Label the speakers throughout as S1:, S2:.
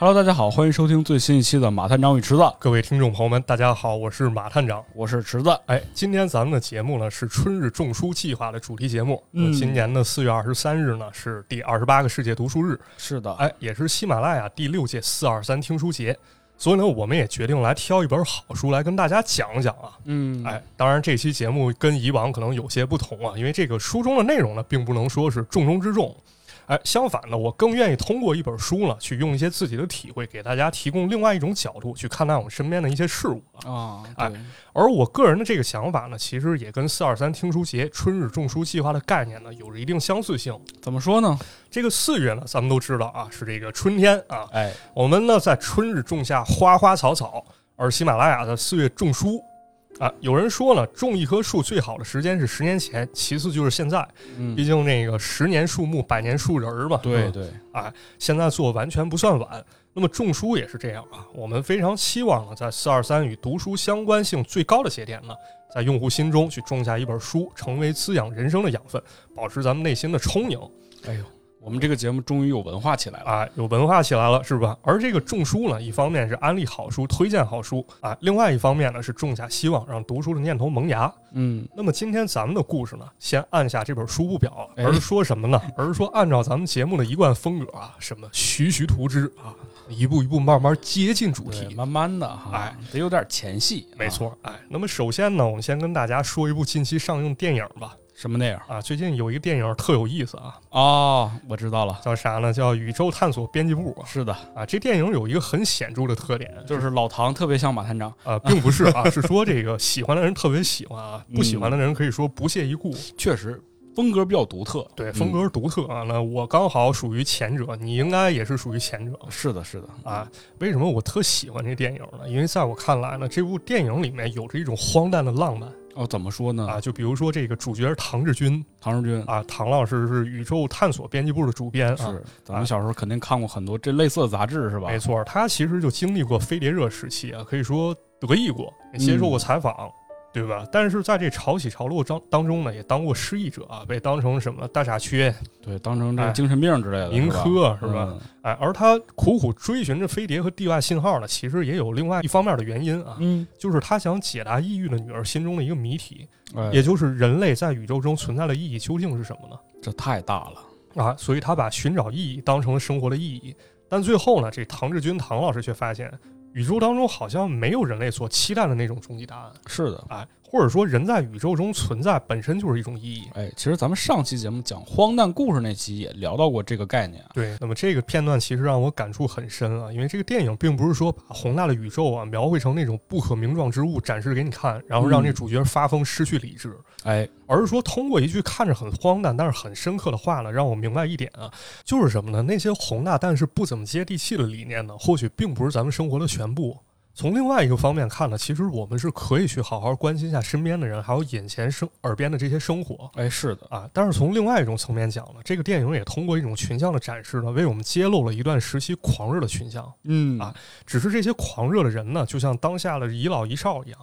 S1: Hello，大家好，欢迎收听最新一期的《马探长与池子》，
S2: 各位听众朋友们，大家好，我是马探长。
S1: 我是池子。
S2: 哎，今天咱们的节目呢是春日种书计划的主题节目。呃
S1: 嗯
S2: 今年的四月二十三日呢是第二十八个世界读书日，
S1: 是的，
S2: 哎，也是喜马拉雅第六届四二三听书节。所以呢，我们也决定来挑一本好书来跟大家讲讲啊。
S1: 嗯，
S2: 哎，当然这期节目跟以往可能有些不同啊，因为这个书中的内容呢，并不能说是重中之重。哎，相反呢，我更愿意通过一本书呢，去用一些自己的体会，给大家提供另外一种角度去看待我们身边的一些事物啊。
S1: 啊，
S2: 哎
S1: 对，
S2: 而我个人的这个想法呢，其实也跟四二三听书节春日种书计划的概念呢，有着一定相似性。
S1: 怎么说呢？
S2: 这个四月呢，咱们都知道啊，是这个春天啊，
S1: 哎，
S2: 我们呢在春日种下花花草草，而喜马拉雅在四月种书。啊，有人说呢，种一棵树最好的时间是十年前，其次就是现在。
S1: 嗯
S2: 毕，竟那个十年树木，百年树人儿嘛。
S1: 对
S2: 嗯
S1: 对，
S2: 现在做完全不算晚。那么种书也是这样啊，我们非常期望呢，在四二三与读书相关性最高的节点呢，在用户心中去种下一本书，成为滋养人生的养分，保持咱们内心的充盈
S1: 哎呦，我们这个节目终于有文化起来了。
S2: 啊，有文化起来了，是吧？而这个种书呢，一方面是安利好书、推荐好书啊，另外一方面呢是种下希望，让读书的念头萌芽。
S1: 嗯，
S2: 那么今天咱们的故事呢，先按下这本书不表，
S1: 哎
S2: 而是说什么呢？而是说按照咱们节目的一贯风格啊，什么徐徐图之啊，一步一步慢慢接近主
S1: 对，
S2: 题。
S1: 慢慢的哈，
S2: 哎，
S1: 得有点前戏。
S2: 没
S1: 啊，
S2: 错，哎，那么首先呢，我们先跟大家说一部近期上映的电影吧。
S1: 什么内容？
S2: 啊，最近有一个电影特有意思啊，
S1: 哦，我知道了。
S2: 叫啥呢？叫《宇宙探索编辑部
S1: 是的，》
S2: 啊。这电影有一个很显著的特点，
S1: 就是老唐特别像马探长，
S2: 啊，并不是 啊，是说这个喜欢的人特别喜欢啊，不喜欢的人可以说不屑一顾。
S1: 确实风格比较独特。
S2: 对，
S1: 嗯
S2: 风格独特啊。那我刚好属于前者，你应该也是属于前者
S1: 是的，是的，
S2: 啊。为什么我特喜欢这电影呢？因为在我看来呢，这部电影里面有着一种荒诞的浪漫
S1: 哦，怎么说呢？
S2: 啊。就比如说这个主角唐志军
S1: 唐世军
S2: 啊，唐老师是宇宙探索编辑部的主编啊。
S1: 嗯是咱们小时候肯定看过很多这类似的杂志，是吧？
S2: 没错，他其实就经历过飞碟热时期啊，可以说得意过，
S1: 嗯
S2: 也接受过采访，对吧？但是在这潮起潮落当当中呢，也当过失意者啊，被当成什么大傻缺、
S1: 对，当成这个
S2: 哎
S1: 精神病之类的，
S2: 民
S1: 是吧
S2: 科是吧？
S1: 嗯
S2: 哎，而他苦苦追寻着飞碟和地外信号呢，其实也有另外一方面的原因啊，
S1: 嗯，
S2: 就是他想解答抑郁的女儿心中的一个谜题，
S1: 哎
S2: 也就是人类在宇宙中存在的意义究竟是什么呢？
S1: 这太大了，
S2: 啊，所以他把寻找意义当成了生活的意义，但最后呢，这唐志军唐老师却发现，宇宙当中好像没有人类所期待的那种终极答案，
S1: 是的。
S2: 哎，或者说人在宇宙中存在本身就是一种意义。
S1: 哎，其实咱们上期节目讲荒诞故事那期也聊到过这个概念啊。
S2: 对，那么这个片段其实让我感触很深啊，因为这个电影并不是说把宏大的宇宙啊描绘成那种不可名状之物展示给你看，然后让这
S1: 嗯
S2: 主角发疯失去理智，
S1: 哎，
S2: 而是说通过一句看着很荒诞但是很深刻的话呢，让我明白一点啊，就是什么呢？那些宏大但是不怎么接地气的理念呢，或许并不是咱们生活的全部。从另外一个方面看呢，其实我们是可以去好好关心一下身边的人，还有眼前生耳边的这些生活。
S1: 哎，是的，
S2: 啊，但是从另外一种层面讲呢，这个电影也通过一种群像的展示呢，为我们揭露了一段时期狂热的群像。
S1: 嗯
S2: 啊只是这些狂热的人呢，就像当下的遗老遗少一样，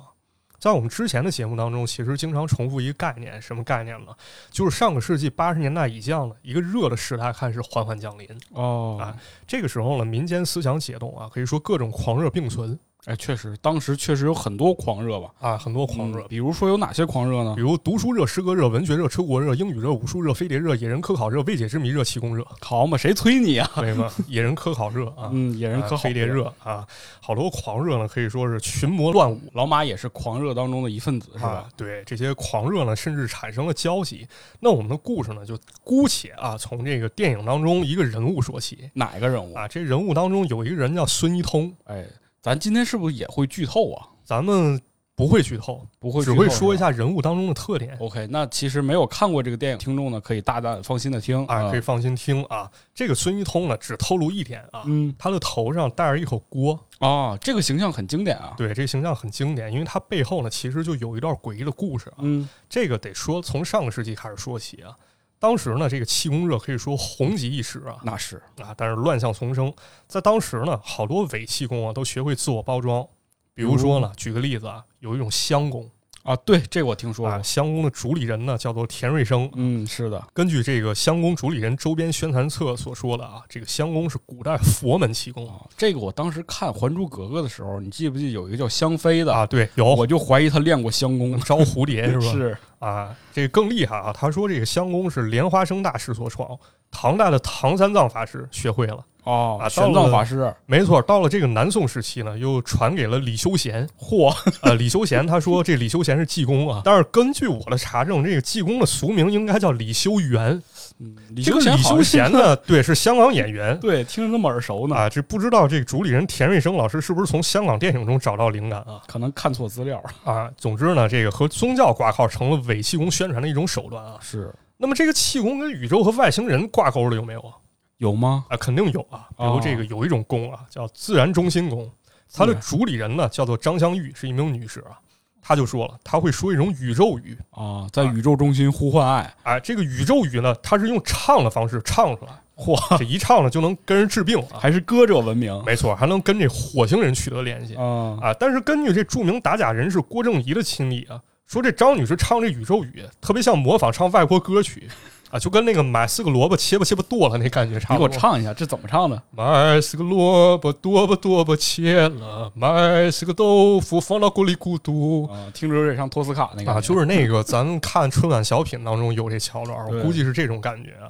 S2: 在我们之前的节目当中，其实经常重复一个概念，什么概念呢？就是上个世纪八十年代以降呢，一个热的时代开始缓缓降临。
S1: 哦
S2: 啊，这个时候呢，民间思想解冻啊，可以说各种狂热并存
S1: 哎，确实，当时确实有很多狂热吧，
S2: 啊，很多狂热。
S1: 嗯比如说有哪些狂热呢
S2: 比？如读书热、诗歌热、文学热、车国热、英语热、武术热、飞碟热、野人科考热、未解之谜热、气功热，
S1: 好嘛，谁催你啊？
S2: 为什么？ 野人科考热啊，
S1: 嗯，野人可
S2: 啊
S1: 好
S2: 飞碟热啊，好多狂热呢，可以说是群魔乱舞。
S1: 老马也是狂热当中的一份子，是
S2: 啊
S1: 吧？，
S2: 对这些狂热呢，甚至产生了交集。那我们的故事呢，就姑且啊，从这个电影当中一个人物说起
S1: 哪个人物？
S2: 啊。这人物当中有一个人叫孙一通，
S1: 哎，咱今天是不是也会剧透啊？
S2: 咱们不会剧透，
S1: 不会，
S2: 只会说一。下人物当中的特点
S1: OK，那其实没有看过这个电影听众呢，可以大胆放心的听
S2: 啊，可以放心听啊。这个孙一通呢，只透露一点啊，
S1: 嗯，
S2: 他的头上戴着一口锅。
S1: 哦，这个形象很经典啊。
S2: 对，这个形象很经典，因为他背后呢，其实就有一段诡异的故事啊。
S1: 嗯，
S2: 这个得说从上个世纪开始说起啊。当时呢，这个气功热可以说红极一时啊
S1: 那是
S2: 啊，但是乱象丛生。在当时呢，好
S1: 哦
S2: 多伪气功啊都学会自我包装，比如说呢，举个例子啊，有一种香功
S1: 啊，对，这个我听说
S2: 啊，
S1: 过。
S2: 襄公的主理人呢叫做田瑞生。
S1: 嗯，是的，
S2: 根据这个《襄公主理人周边宣传册》所说的啊，这个襄公是古代佛门气功
S1: 啊，这个我当时看《还珠格格》的时候，你记不记得有一个叫香妃的？
S2: 啊，对，有
S1: 我就怀疑她练过香功，
S2: 招蝴蝶 是吧？
S1: 是
S2: 啊，这个更厉害啊！他说这个襄公是莲花生大师所创，唐代的唐三藏法师学会了。
S1: 哦
S2: 啊，
S1: 玄
S2: 到
S1: 奘
S2: 了
S1: 法师，
S2: 没错，到了这个南宋时期呢，又传给了李修贤。嚯，呃，李修贤他说这李修贤是济公啊，但是根据我的查证，这个济公的俗名应该叫李修缘。
S1: 嗯李
S2: 这个
S1: 修
S2: 李
S1: 贤好
S2: 修
S1: 像是嗯
S2: 贤呢，对，是香港演员。
S1: 对，听着那么耳熟呢，
S2: 啊，这不知道这个主理人田瑞生老师是不是从香港电影中找到灵感啊？
S1: 可能看错资料了。
S2: 啊，总之呢，这个和宗教挂靠成了伪气功宣传的一种手段啊。
S1: 是
S2: 那么这个气功跟宇宙和外星人挂钩了有没有啊？
S1: 有吗？
S2: 啊，肯定有啊。比如
S1: 哦
S2: 这个有一种功啊，叫自然中心功，它的
S1: 自然
S2: 主理人呢叫做张香玉，是一名女士啊。她就说了，她会说一种宇宙语
S1: 啊，在宇宙中心呼唤爱，
S2: 啊，这个宇宙语呢，它是用唱的方式 唱出来，嚯，这一唱呢就能跟人治病啊，
S1: 还是歌者文明
S2: 没错，还能跟这火星人取得联系
S1: 啊？
S2: 啊。但是根据这著名打假人士郭正仪的亲历啊，说这张女士唱这宇宙语特别像模仿唱外国歌曲啊，就跟那个买四个萝卜切吧切吧剁了那感觉差
S1: 你
S2: 不
S1: 给
S2: 多。
S1: 我
S2: 啊
S1: 唱一下，这怎么唱的？
S2: 买四个萝卜，剁吧剁吧切了；买四个豆腐，放到锅里咕嘟。
S1: 啊，听着有点像托斯卡那个
S2: 啊，就是那个，咱们看春晚小品当中有这桥段，我
S1: 对
S2: 估计是这种感觉啊，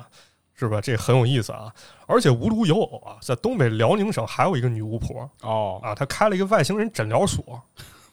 S2: 是吧？这很有意思啊。而且无独有偶啊，在东北辽宁省还有一个女巫婆
S1: 哦，
S2: 啊，她开了一个外星人诊疗所，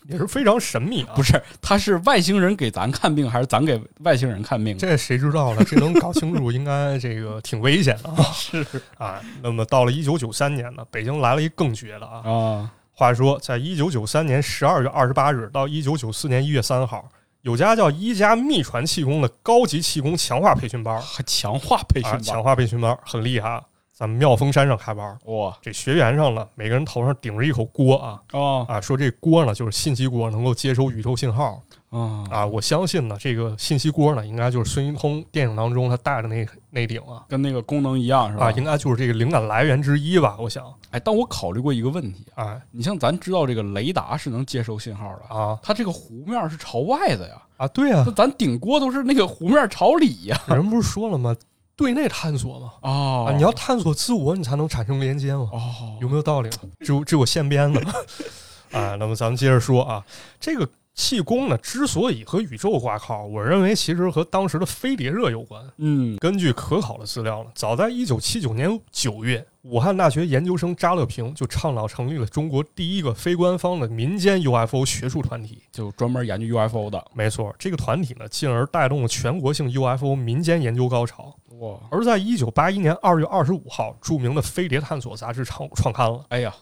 S2: 也是非常神秘啊。
S1: 不是，他是外星人给咱看病，还是咱给外星人看病？
S2: 这谁知道呢？这能搞清楚，应该这个挺危险的 啊。
S1: 是
S2: 啊，那么到了一九九三年呢，北京来了一更绝的啊，
S1: 啊，
S2: 话说，在一九九三年十二月二十八日到一九九四年一月三号，有家叫一家秘传气功的高级气功强化培训班儿，
S1: 还强化培
S2: 啊，
S1: 训
S2: 强
S1: 班，
S2: 化培训班儿很厉害啊，在妙峰山上开班儿。
S1: 哇
S2: 这学员上了，每个人头上顶着一口锅啊
S1: 哦
S2: 啊，说这锅呢就是信息锅，能够接收宇宙信号
S1: 啊
S2: 啊。我相信呢，这个信息锅呢，应该就是孙一通电影当中他戴的那那顶啊
S1: 跟那个功能一样是吧？
S2: 啊，应该就是这个灵感来源之一吧，我想。
S1: 哎，但我考虑过一个问题，
S2: 啊
S1: 你像咱知道这个雷达是能接收信号的，
S2: 啊
S1: 它这个弧面是朝外的呀，
S2: 啊，对 啊
S1: 那，咱顶锅都是那个弧面朝里呀。
S2: 人不是说了吗？对内探索嘛。
S1: 哦
S2: 啊，你要探索自我，你才能产生连接嘛，
S1: 哦
S2: 有没有道理？这这我现编的 啊。那么咱们接着说啊，这个气功呢，之所以和宇宙挂靠，我认为其实和当时的飞碟热有关。
S1: 嗯
S2: 根据可考的资料呢，早在一九七九年九月，武汉大学研究生查乐平就倡导成立了中国第一个非官方的民间 UFO 学术团体。
S1: 就专门研究 UFO 的
S2: 没错，这个团体呢，进而带动了全国性 UFO 民间研究高潮。
S1: 哇。
S2: 而在一九八一年二月二十五号，著名的《飞碟探索》杂志创创刊了。
S1: 哎呀，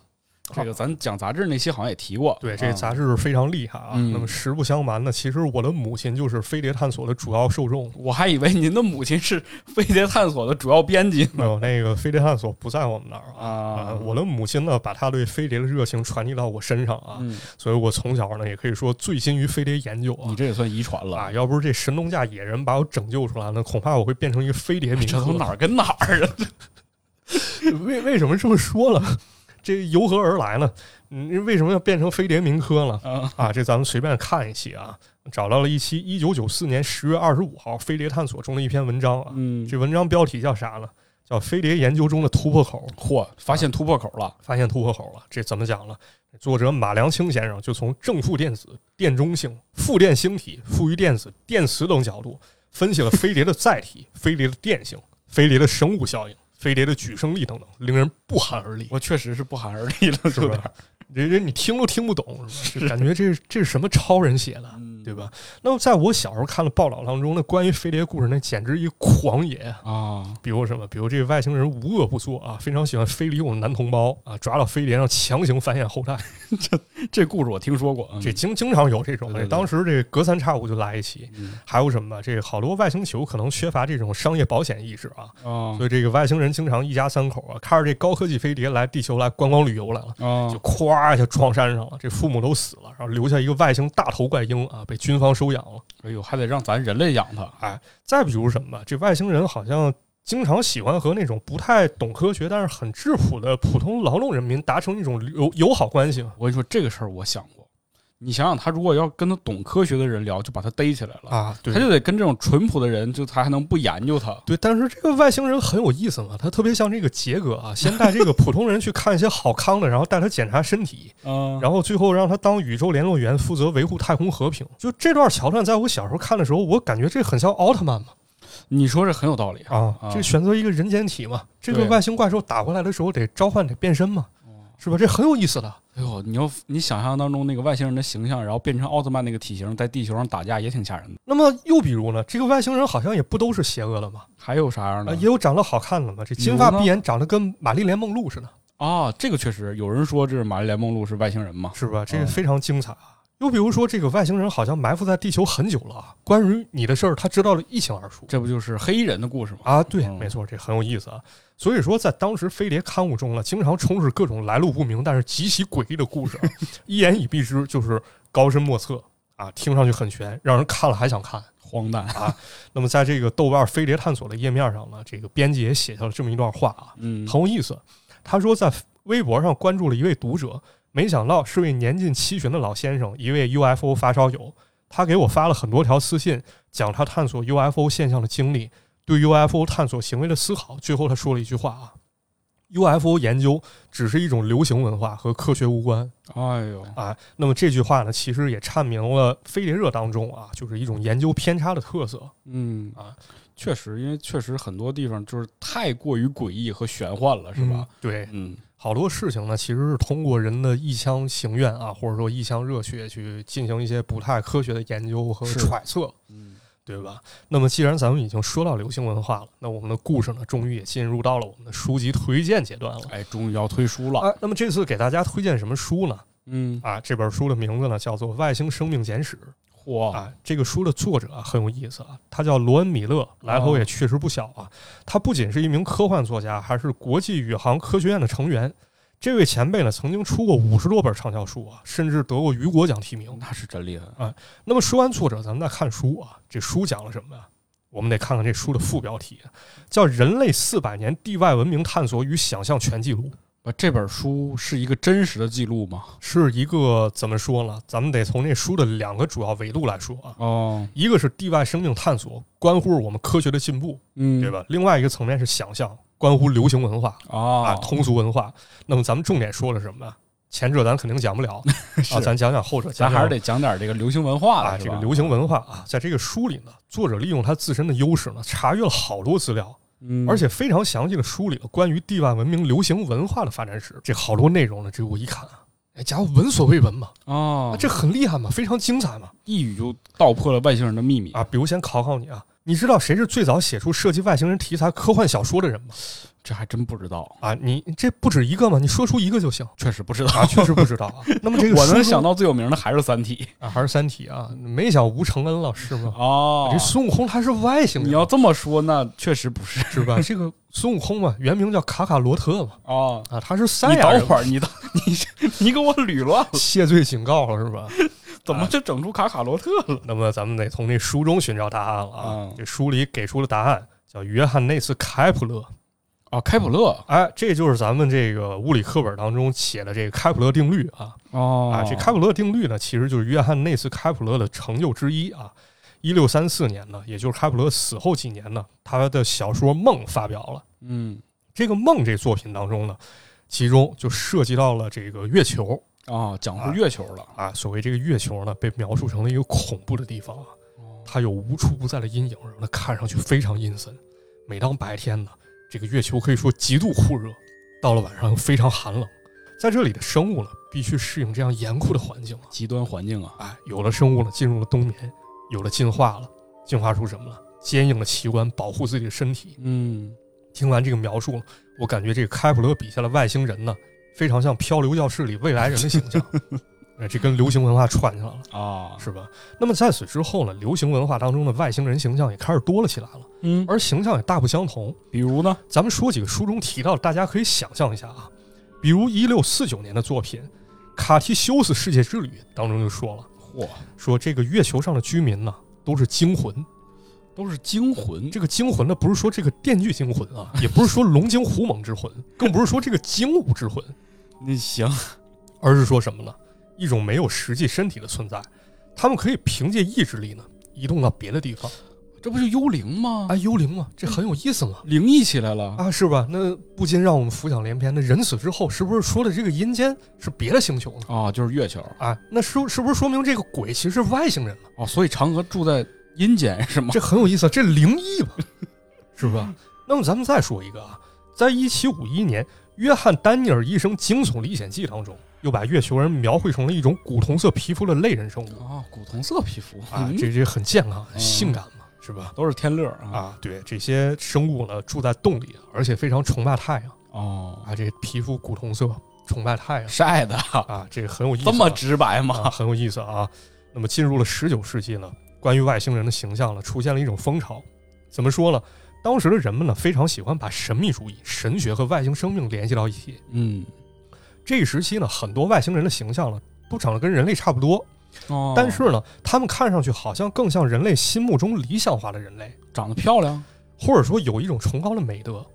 S1: 这个咱讲杂志那期好像也提过，
S2: 对，这
S1: 啊
S2: 个杂志非常厉害啊。
S1: 嗯。
S2: 那么实不相瞒呢，其实我的母亲就是《飞碟探索》的主要受众
S1: 我还以为您的母亲是飞碟探索的主要编辑
S2: 没有，那个《飞碟探索》不在我们那儿啊。
S1: 啊
S2: 啊，我的母亲呢，把她对飞碟的热情传递到我身上啊，
S1: 嗯，
S2: 所以我从小呢，也可以说醉心于飞碟研究
S1: 你
S2: 啊。
S1: 这也算遗传了。
S2: 啊，要不是这神农架野人把我拯救出来呢，恐怕我会变成一个飞碟 迷。
S1: 这都哪儿跟哪儿啊？
S2: 为为什么这么说了？ 这由何而来呢？嗯，为什么要变成飞碟民科了？
S1: 啊
S2: 啊，这咱们随便看一期啊，找到了一期一九九四年十月二十五号《飞碟探索》中的一篇文章啊。
S1: 嗯，
S2: 这文章标题叫啥呢？叫《飞碟研究中的突破口
S1: 嚯，发现突破口了》，
S2: 发现突破口了。这怎么讲呢？作者马良清先生就从正负电子、电中性、负电星体、负余电子、电磁等角度，分析了飞碟的载体、飞碟的电性、飞碟的生物效应、飞碟的举升力等等，令人不寒而栗。
S1: 我确 实是不寒而栗了，
S2: 是
S1: 有点
S2: 吧？这这你听都听不懂，是吧？就感觉这是这是什么超人写的，
S1: 嗯
S2: 对吧？那么在我小时候看的报道当中，那关于飞碟故事那简直一狂野啊，
S1: 啊
S2: 比如什么，比如这外星人无恶不作啊，非常喜欢非礼我们男同胞啊，抓到飞碟上强行繁衍后代，
S1: 嗯这故事我听说过，嗯
S2: 这经经常有这种哎
S1: 对对，对
S2: 当时这隔三差五就来一期。
S1: 嗯
S2: 还有什么？这好多外星球可能缺乏这种商业保险意识啊，
S1: 啊
S2: 所以这个外星人经常一家三口啊，开着这高科技飞碟来地球来观光旅游来了。
S1: 啊
S2: 就咵一下撞山上了，这父母都死了，然后留下一个外星大头怪婴啊，被军方收养了。
S1: 哎呦，还得让咱人类养它
S2: 再比如什么，这外星人好像经常喜欢和那种不太懂科学但是很质朴的普通劳动人民达成一种友友好关系嘛
S1: 我跟你说这个事儿，我想过，你想想，他如果要跟他懂科学的人聊，就把他逮起来了，
S2: 啊，对
S1: 他就得跟这种淳朴的人，就他还能不研究他？
S2: 对，但是这个外星人很有意思嘛，他特别像这个杰哥啊，先带这个普通人去看一些好康的，然后带他检查身体，
S1: 嗯，
S2: 然后最后让他当宇宙联络员，负责维护太空和平。就这段桥段，在我小时候看的时候，我感觉这很像奥特曼嘛，
S1: 你说这很有道理啊。
S2: 啊，
S1: 啊
S2: 这选择一个人间体嘛，这个
S1: 对哦
S2: 外星怪兽打过来的时候得召唤得变身嘛，是吧？这很有意思的。
S1: 哎呦，你要你想象当中那个外星人的形象，然后变成奥特曼那个体型，在地球上打架也挺吓人的。
S2: 那么又比如呢，这个外星人好像也不都是邪恶的嘛，
S1: 还有啥样
S2: 啊，
S1: 的
S2: 也？有长得好看的嘛，这
S1: 比
S2: 金
S1: 如
S2: 发
S1: 呢
S2: 碧眼长得跟玛丽莲梦露似的，
S1: 啊，这个确实有人说这是玛丽莲梦露是外星人嘛？
S2: 是吧？这个
S1: 嗯
S2: 非常精彩啊。又比如说，这个外星人好像埋伏在地球很久了啊，关于你的事儿他知道的一清二楚
S1: 这不就是黑衣人的故事吗？
S2: 啊。对，
S1: 嗯
S2: 没错，这很有意思啊。所以说，在当时飞碟刊物中呢，经常充斥各种来路不明但是极其诡异的故事啊，一言以蔽之就是高深莫测啊，听上去很悬，让人看了还想看。
S1: 荒诞。
S2: 那么在这个豆瓣飞碟探索的页面上呢，这个编辑也写下了这么一段话啊，
S1: 嗯，
S2: 很有意思。他说在微博上关注了一位读者，没想到是位年近七旬的老先生，一位 UFO 发烧友。他给我发了很多条私信，讲他探索 UFO 现象的经历，对 UFO 探索行为的思考。最后他说了一句话啊：“UFO 研究只是一种流行文化，和科学无关。”
S1: 哎呦，
S2: 啊，那么这句话呢，其实也阐明了飞碟热当中啊，就是一种研究偏差的特色。
S1: 嗯
S2: 啊，
S1: 确实，因为确实很多地方就是太过于诡异和玄幻了，是吧？
S2: 对，
S1: 嗯，
S2: 好多事情呢，其实是通过人的一腔情愿啊，或者说一腔热血去进行一些不太科学的研究和
S1: 是
S2: 揣测，
S1: 嗯
S2: 对吧？那么既然咱们已经说到流行文化了，那我们的故事呢，终于也进入到了我们的书籍推荐阶段了。
S1: 哎，终于要推书了。
S2: 嗯啊，那么这次给大家推荐什么书呢？
S1: 嗯，
S2: 啊，这本书的名字呢叫做《外星生命简史》。
S1: 嚯，
S2: 啊，这个书的作者啊很有意思啊，他叫罗恩·米勒，来头也确实不小啊。他不仅是一名科幻作家，还是国际宇航科学院的成员。这位前辈呢，曾经出过五十多本畅销书啊，甚至得过雨果奖提名。
S1: 那是真厉害。
S2: 那么说完作者，咱们再看书啊，这书讲了什么呀？我们得看看这书的副标题，叫《人类四百年地外文明探索与想象全记录》。
S1: 不，这本书是一个真实的记录吗？
S2: 是一个怎么说呢？咱们得从这书的两个主要维度来说啊，
S1: 哦，
S2: 一个是地外生命探索，关乎我们科学的进步，
S1: 嗯，
S2: 对？吧？另外一个层面是想象，关乎流行文化啊、
S1: 啊，
S2: 通俗文化。那么咱们重点说了什么呢？前者咱肯定讲不 了啊，咱讲讲后者，
S1: 咱还是
S2: 得
S1: 得讲点这个流行文化
S2: 啊
S1: 了，
S2: 这个流行文化啊，在这个书里呢，作者利用他自身的优势呢，查阅了好多资料，
S1: 行，
S2: 而且非常详细的梳理了关于地外文明流行文化的发展史。这好多内容呢，这我一看啊，哎，家伙闻所未闻嘛，
S1: 哦
S2: 啊，，这很厉害嘛，非常精彩嘛
S1: 一语就道破了外星人的秘密。
S2: 啊！比如先考考你啊，你知道谁是最早写出涉及外星人题材科幻小说的人吗？
S1: 这还真不知道，
S2: 啊，你这不止一个吗？你说出一个就行。
S1: 确实不知道。
S2: 啊，确实不知 道啊。那么这个
S1: 我能
S2: 书
S1: 想到最有名的还是《三体
S2: 啊，还是《三体》啊？没想吴承恩老师》吗？
S1: 哦
S2: 啊这。孙悟空他是外 星
S1: 你
S2: 人
S1: 要这么说，那确实不是
S2: 是吧？这个孙悟空嘛，原名叫卡卡罗特嘛，
S1: 哦。
S2: 啊，他是三
S1: 你
S2: 亚人
S1: 等。会儿，你等你你给我捋乱了，
S2: 谢罪警告了是吧？
S1: 怎么就整出卡卡罗特了？
S2: 那么咱们得从这书中寻找答案了啊
S1: 嗯。
S2: 这书里给出了答案，叫约翰内斯开普勒。
S1: 哦，开普勒
S2: 哎，这就是咱们这个物理课本当中写的这个开普勒定律啊。
S1: 哦
S2: 啊，这开普勒定律呢，其实就是约翰内斯开普勒的成就之一啊。一六三四年呢，也就是开普勒死后几年呢，他的小说《梦》发表了。
S1: 嗯
S2: 这个《梦》这作品当中呢，其中就涉及到了这个月球
S1: 哦，讲述月球了
S2: 啊。所谓这个月球呢，被描述成了一个恐怖的地方啊，它有无处不在的阴影，让它看上去非常阴森。每当白天呢，这个月球可以说极度酷热，到了晚上又非常寒冷。在这里的生物呢，必须适应这样严酷的环境啊。
S1: 极端环境啊，
S2: 哎，有的生物呢进入了冬眠，有的进化了，进化出什么了？坚硬的器官保护自己的身体。
S1: 嗯，
S2: 听完这个描述，我感觉这个开普勒笔下的外星人呢，非常像《漂流教室》里未来人的形象。哎，这跟流行文化串上了，
S1: 啊，
S2: 是吧？那么在此之后呢，流行文化当中的外星人形象也开始多了起来了，
S1: 嗯，
S2: 而形象也大不相同。
S1: 比如呢，
S2: 咱们说几个书中提到的，大家可以想象一下啊，比如一六四九年的作品《卡提修斯世界之旅》当中就说了。
S1: 嚯，
S2: 说这个月球上的居民呢、都是精魂。
S1: 都是惊魂，
S2: 这个精魂呢，不是说这个电锯精魂啊，也不是说龙精虎猛之魂，更不是说这个精武之魂，
S1: 那行，
S2: 而是说什么呢？一种没有实际身体的存在，他们可以凭借意志力呢移动到别的地方。
S1: 这不是幽灵吗？
S2: 啊，幽灵嘛，这很有意思嘛。
S1: 灵异起来了。
S2: 啊，是吧？那不禁让我们浮想联翩。那人死之后，是不是说的这个阴间是别的星球呢？
S1: 啊，就是月球
S2: 啊，那是是不是说明这个鬼其实是外星人呢？
S1: 哦，所以嫦娥住在阴间是吗？
S2: 这很有意思，啊这灵异吧， 是吧？那么咱们再说一个啊，在一七五一年，约翰·丹尼尔医生惊悚历险记当中，又把月球人描绘成了一种古铜色皮肤的类人生物
S1: 啊，古铜色皮肤
S2: 啊
S1: 嗯，
S2: 这这很健康、很
S1: 嗯
S2: 性感嘛，是吧？
S1: 都是天乐啊。
S2: 啊，对，这些生物呢住在洞里，而且非常崇拜太阳
S1: 哦，
S2: 啊，这皮肤古铜色，崇拜太阳。
S1: 晒的
S2: 啊，这很有意思啊，
S1: 这么直白
S2: 啊，
S1: 吗？
S2: 很有意思啊。那么进入了十九世纪呢，关于外星人的形象呢，出现了一种风潮。怎么说呢？当时的人们呢，非常喜欢把神秘主义、神学和外星生命联系到一起。
S1: 嗯，
S2: 这一时期呢，很多外星人的形象呢，都长得跟人类差不多，
S1: 哦，
S2: 但是呢，他们看上去好像更像人类心目中理想化的人类，
S1: 长得漂亮，
S2: 或者说有一种崇高的美德。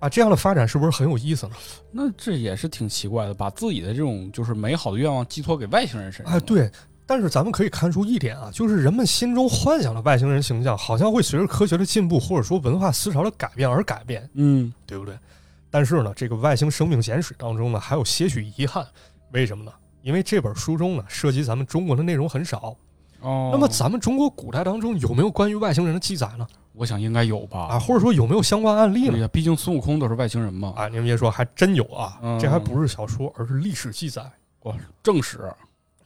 S2: 啊，这样的发展是不是很有意思呢？
S1: 那这也是挺奇怪的，把自己的这种就是美好的愿望寄托给外星人身上。
S2: 哎，，对。但是咱们可以看出一点啊，就是人们心中幻想的外星人形象，好像会随着科学的进步或者说文化思潮的改变而改变，
S1: 嗯，
S2: 对不对？但是呢，这个《外星生命简史》当中呢，还有些许遗憾。为什么呢？因为这本书中呢，涉及咱们中国的内容很少。
S1: 哦，
S2: 那么，咱们中国古代当中有没有关于外星人的记载呢？
S1: 我想应该有
S2: 啊，
S1: 吧？
S2: 或者说有没有相关案例
S1: 对
S2: 呢？
S1: 呀，毕竟孙悟空都是外星人嘛，
S2: 啊，您别说，还真有啊！
S1: 嗯
S2: 这还不是小说，而是历史记载。
S1: 正史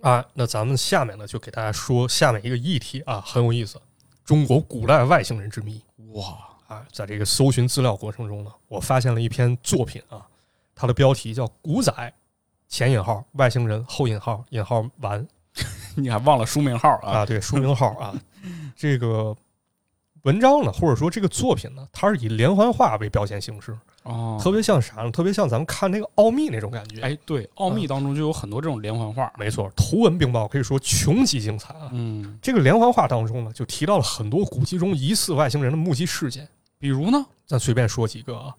S2: 啊，那咱们下面呢就给大家说下面一个议题啊，很有意思，中国古代外星人之谜
S1: 哇，
S2: 啊。在这个搜寻资料过程中呢，我发现了一篇作品啊，它的标题叫《古仔》，前引号外星人，后引号引号完
S1: 你还忘了书名号啊？
S2: 啊，对，书名号啊，这个。文章呢，或者说这个作品呢，它是以连环画为表现形式，
S1: 哦，
S2: 特别像啥呢？特别像咱们看那个《奥秘》那种感觉。，
S1: 哎，对，奥秘当中就有很多这种连环画。
S2: 没错，图文并茂，可以说穷其精彩啊。
S1: 嗯，
S2: 这个连环画当中呢，就提到了很多古籍中疑似外星人的目击事件。
S1: 比如呢？
S2: 咱随便说几个啊，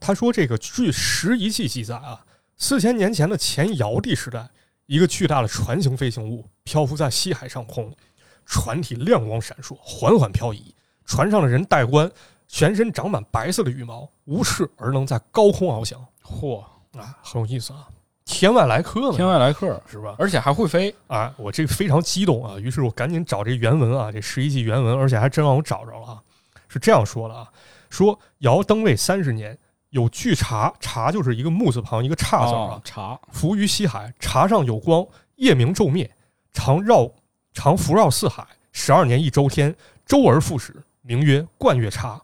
S2: 他说这个据十遗迹记载啊，四千年前的前尧帝时代，一个巨大的船形飞行物漂浮在西海上空，船体亮光闪烁，缓缓漂移，船上的人戴冠，全身长满白色的羽毛，无视而能在高空翱翔
S1: 嚯，
S2: 啊，很有意思啊，天外来客
S1: 天
S2: 嘛，
S1: 外来客，
S2: 是吧？
S1: 而且还会飞。
S2: 啊，我这非常激动啊，于是我赶紧找这原文啊，这十一季原文，而且还真让我找着了啊，是这样说的啊，说尧登位三十年，有巨茶，茶就是一个木字旁一个叉字儿啊
S1: 哦，查
S2: 浮于西海，茶上有光，夜明昼灭，常绕常浮绕四海，十二年一周天，周而复始，名曰冠月茶，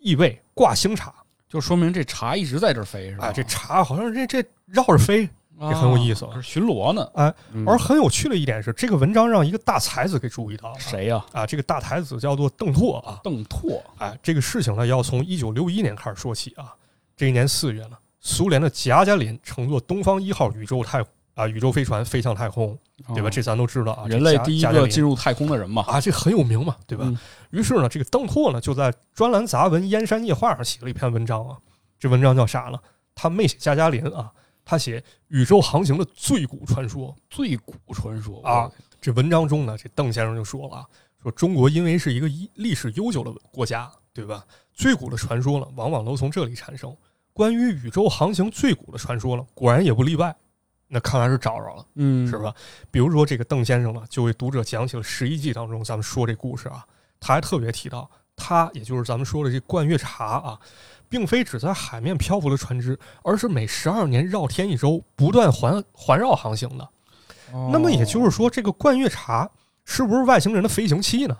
S2: 意谓挂星茶
S1: 就说明这茶一直在这儿飞，是吧？哦
S2: 啊，这茶好像这这绕着飞，
S1: 这
S2: 很有意思
S1: 巡逻呢。
S2: 哎
S1: 嗯，
S2: 而很有趣的一点是，这个文章让一个大才子给注意到了。
S1: 谁呀？
S2: 啊，这个大才子叫做 邓拓啊。
S1: 邓拓
S2: 哎，这个事情呢，要从一九六一年开始说起啊。这一年四月呢，苏联的加加林乘坐东方一号宇宙太啊宇宙飞船飞向太空，对吧？
S1: 哦
S2: 这咱都知道啊。这
S1: 人类
S2: 加
S1: 第一
S2: 加加
S1: 个
S2: 林
S1: 进入太空的人嘛。
S2: 啊，这很有名嘛，对吧？
S1: 嗯
S2: 于是呢，这个邓拓呢就在专栏杂文《燕山夜话》上写了一篇文章啊。这文章叫啥呢？他没写加加林啊，他写宇宙航行的最古传说。
S1: 最古传说
S2: 啊，这文章中呢，这邓先生就说了啊，说中国因为是一个一历史悠久的国家，对吧？最古的传说呢，往往都从这里产生。关于宇宙航行最古的传说呢，果然也不例外。那看来是找着了，
S1: 嗯，
S2: 是？吧？比如说这个邓先生呢，就为读者讲起了《十一记》当中咱们说这故事啊，他还特别提到，他也就是咱们说的这冠月茶啊，并非只在海面漂浮的船只，而是每十二年绕天一周，不断环环绕航行的。
S1: 哦
S2: 那么也就是说，这个冠月茶是不是外星人的飞行器呢？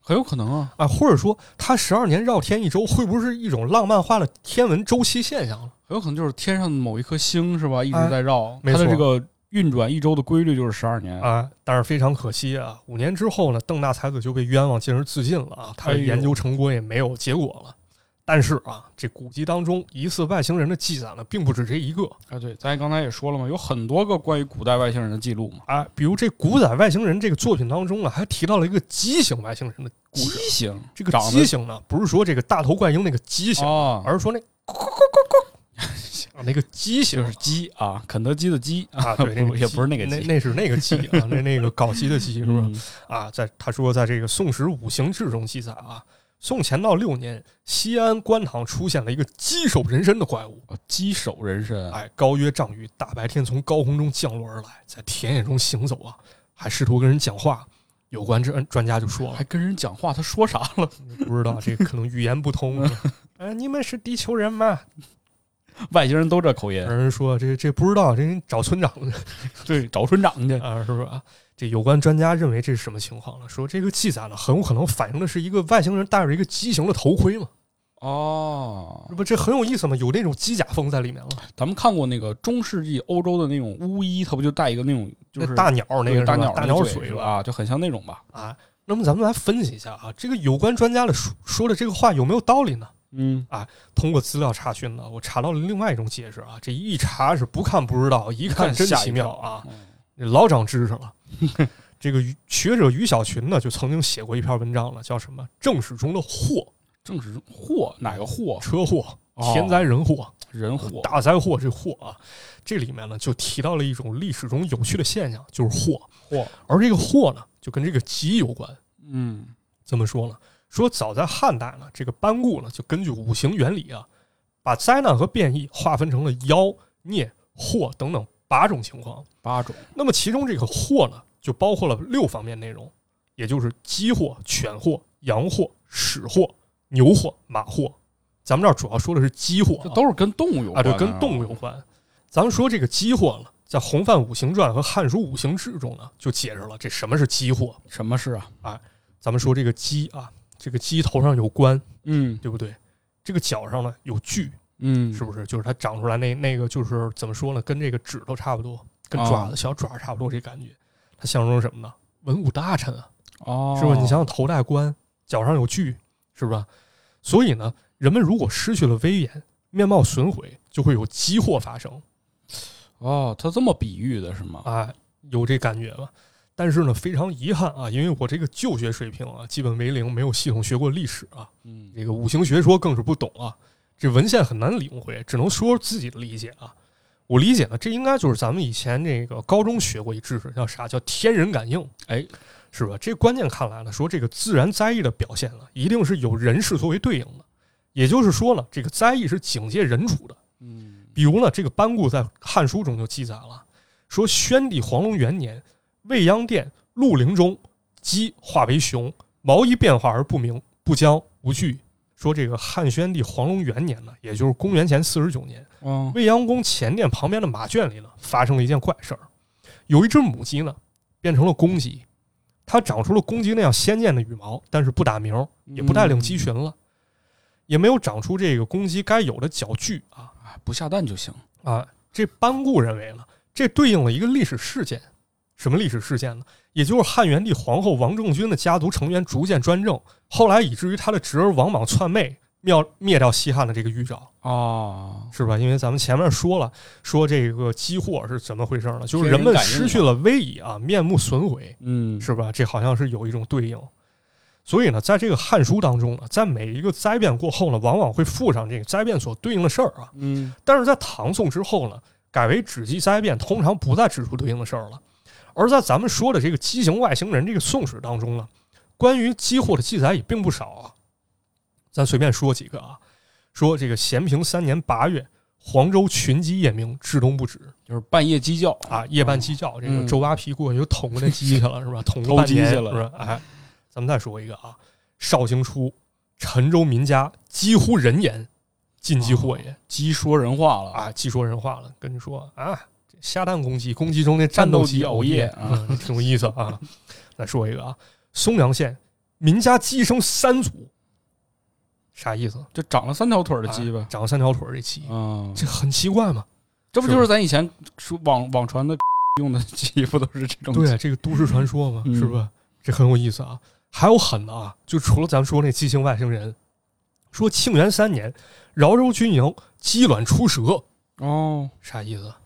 S1: 很有可能啊。
S2: 啊，或者说它十二年绕天一周，会不会是一种浪漫化的天文周期现象呢？
S1: 很有可能就是天上某一颗星是吧，一直
S2: 哎
S1: 在绕，
S2: 没
S1: 它的
S2: 错
S1: 这个运转一周的规律就是十二年。
S2: 啊，但是非常可惜啊，五年之后呢，邓大才子就被冤枉，进而自尽了啊，他的
S1: 哎呦
S2: 研究成果也没有结果了。但是啊，这古籍当中疑似外星人的记载呢，并不止这一个
S1: 哎，对，咱刚才也说了嘛，有很多个关于古代外星人的记录嘛。
S2: 啊，比如这《古仔外星人》这个作品当中呢，啊还提到了一个畸形外星人的故
S1: 畸
S2: 事。
S1: 形，
S2: 这个
S1: 长得
S2: 畸形呢，不是说这个大头怪婴那个畸 形，
S1: 啊，
S2: 而是说那啊，那个鸡
S1: 就
S2: 型
S1: 是鸡啊，肯德基的鸡啊，
S2: 啊， 对，那
S1: 不
S2: 个
S1: 也
S2: 鸡
S1: 不是那个
S2: 那
S1: 鸡
S2: 那是那个鸡啊，那那个搞鸡的鸡是不是？
S1: 嗯
S2: 啊，在他说，在这个《宋史五行志》中记载啊，宋乾道六年，西安官塘出现了一个鸡首人身的怪物，
S1: 哦鸡首人身，
S2: 哎，高约丈余，大白天从高空中降落而来，在田野中行走啊，还试图跟人讲话。有关这专家就说了
S1: 还，跟人讲话，他说啥了？
S2: 不知道这可能语言不通。呃，你们是地球人吗？
S1: 外星人都这口音
S2: 有，人说这这不知道，这人找村长去。
S1: 对，找村长去。
S2: 啊，是不是啊？这有关专家认为这是什么情况了？说这个记载呢，很有可能反映的是一个外星人戴着一个畸形的头盔嘛，
S1: 哦
S2: 这，不这很有意思嘛？有那种机甲风在里面了，
S1: 咱们看过那个中世纪欧洲的那种巫医，他不就戴一个那种就是
S2: 那大鸟那个
S1: 大
S2: 是吧
S1: 鸟
S2: 大
S1: 大
S2: 鸟
S1: 嘴
S2: 嘴
S1: 是
S2: 吧？
S1: 吧？就很像那种吧？
S2: 啊，那么咱们来分析一下啊，这个有关专家的说说的这个话有没有道理呢？
S1: 嗯，
S2: 通过资料查询呢，我查到了另外一种解释啊，这一查是不看不知道，一看真
S1: 吓一
S2: 奇妙
S1: 跳嗯
S2: 啊，老长知识了。这个于学者于小群呢，就曾经写过一篇文章了，叫什么《正史中的祸
S1: 正是祸，哪个祸？
S2: 车祸、
S1: 哦
S2: 天灾人祸》
S1: 人祸。
S2: 大灾祸这祸啊，这里面呢就提到了一种历史中有趣的现象，就是祸。
S1: 祸，
S2: 而这个祸呢，就跟这个吉有关。
S1: 嗯，
S2: 怎么说呢？说早在汉代呢，这个班固呢就根据五行原理啊，把灾难和变异划分成了妖、孽、祸等等八种情况。
S1: 八种。
S2: 那么其中这个祸呢，就包括了六方面内容，也就是鸡祸、犬祸、羊祸、豕祸、牛祸、马祸。咱们这儿主要说的是鸡祸、啊，
S1: 这都是跟动物有
S2: 啊，
S1: 关的
S2: 对，跟动物有关。咱们说这个鸡货了，在《洪范五行传》和《汉书五行志》中呢，就解释了这什么是鸡货。
S1: 什么事啊？
S2: 咱们说这个鸡啊，这个鸡头上有冠，
S1: 嗯
S2: 对不对？这个脚上呢有锯，
S1: 嗯，
S2: 是不是？就是它长出来那那个就是怎么说呢？跟这个指头差不多，跟爪
S1: 哦
S2: 子、小爪差不多，这感觉。它象征什么呢？文武大臣啊，
S1: 哦，
S2: 是不是？你想想，头戴冠，脚上有锯，是不是？所以呢，人们如果失去了威严，面貌损毁，就会有鸡祸发生。
S1: 哦，他这么比喻的是吗？
S2: 啊，有这感觉吧？但是呢，非常遗憾啊，因为我这个就学水平啊，基本为零，没有系统学过历史啊，
S1: 嗯，
S2: 这个五行学说更是不懂啊，这文献很难领会，只能说自己的理解啊。我理解呢，这应该就是咱们以前这个高中学过一知识，叫啥？叫天人感应，
S1: 哎，
S2: 是吧？这关键看来呢，说这个自然灾异的表现呢，一定是有人事作为对应的，也就是说呢，这个灾异是警戒人主的。
S1: 嗯，
S2: 比如呢，这个班固在《汉书》中就记载了，说宣帝黄龙元年，未央殿鹿陵中，鸡化为熊，毛衣变化而不明，不僵无惧。说这个汉宣帝黄龙元年呢，也就是公元前四十九年，
S1: 哦，
S2: 未央宫前殿旁边的马圈里呢，发生了一件怪事儿，有一只母鸡呢，变成了公鸡，它长出了公鸡那样鲜艳的羽毛，但是不打鸣，也不带
S1: 嗯
S2: 领鸡群了，也没有长出这个公鸡该有的脚具啊。
S1: 嗯，哎不下蛋就行。
S2: 啊，这班固认为呢，这对应了一个历史事件，什么历史事件呢？也就是汉元帝皇后王政君的家族成员逐渐专政，后来以至于他的侄儿王莽篡位，灭灭掉西汉的这个预兆，
S1: 哦，
S2: 是吧？因为咱们前面说了，说这个激祸是怎么回事呢？就是
S1: 天
S2: 人
S1: 人
S2: 们
S1: 感应
S2: 失
S1: 嘛
S2: 去了威仪啊，面目损毁，
S1: 嗯，
S2: 是吧？这好像是有一种对应。所以呢，在这个《汉书》当中呢，在每一个灾变过后呢，往往会附上这个灾变所对应的事儿啊。
S1: 嗯，
S2: 但是在唐宋之后呢，改为只记灾变，通常不再指出对应的事儿了。而在咱们说的这个畸形外星人这个宋史当中呢，关于机祸的记载也并不少啊。咱随便说几个啊，说这个咸平三年八月，黄州群鸡夜鸣，至冬不止
S1: 就是半夜鸡叫
S2: 啊，夜半鸡叫，这个
S1: 嗯
S2: 周扒皮过去就捅过那鸡去了，是吧？捅
S1: 偷
S2: 过半
S1: 鸡
S2: 年
S1: 去了
S2: 是吧？哎，咱们再说一个啊，绍兴初，陈州民家几乎人言，尽鸡祸也。
S1: 鸡说人话了。
S2: 啊，鸡说人话了，跟你说啊，这下蛋公鸡，公鸡中那战斗机
S1: 战斗
S2: 熬
S1: 机熬夜
S2: 夜
S1: 啊
S2: 嗯挺有意思啊。再说一个啊，松阳县民家鸡生三足，啥意思？
S1: 就长了三条腿儿的鸡
S2: 啊
S1: 呗。
S2: 长了三条腿儿这鸡，
S1: 嗯，
S2: 这很奇怪嘛？
S1: 这不就是咱以前说网网传的 用的鸡，不都是这种鸡？
S2: 对，这个都市传说嘛，
S1: 嗯
S2: 是吧？这很有意思啊。还有狠的啊，就除了咱们说那畸形外星人，说庆元三年，饶州军营鸡卵出蛇，
S1: 哦，
S2: 啥意思？啊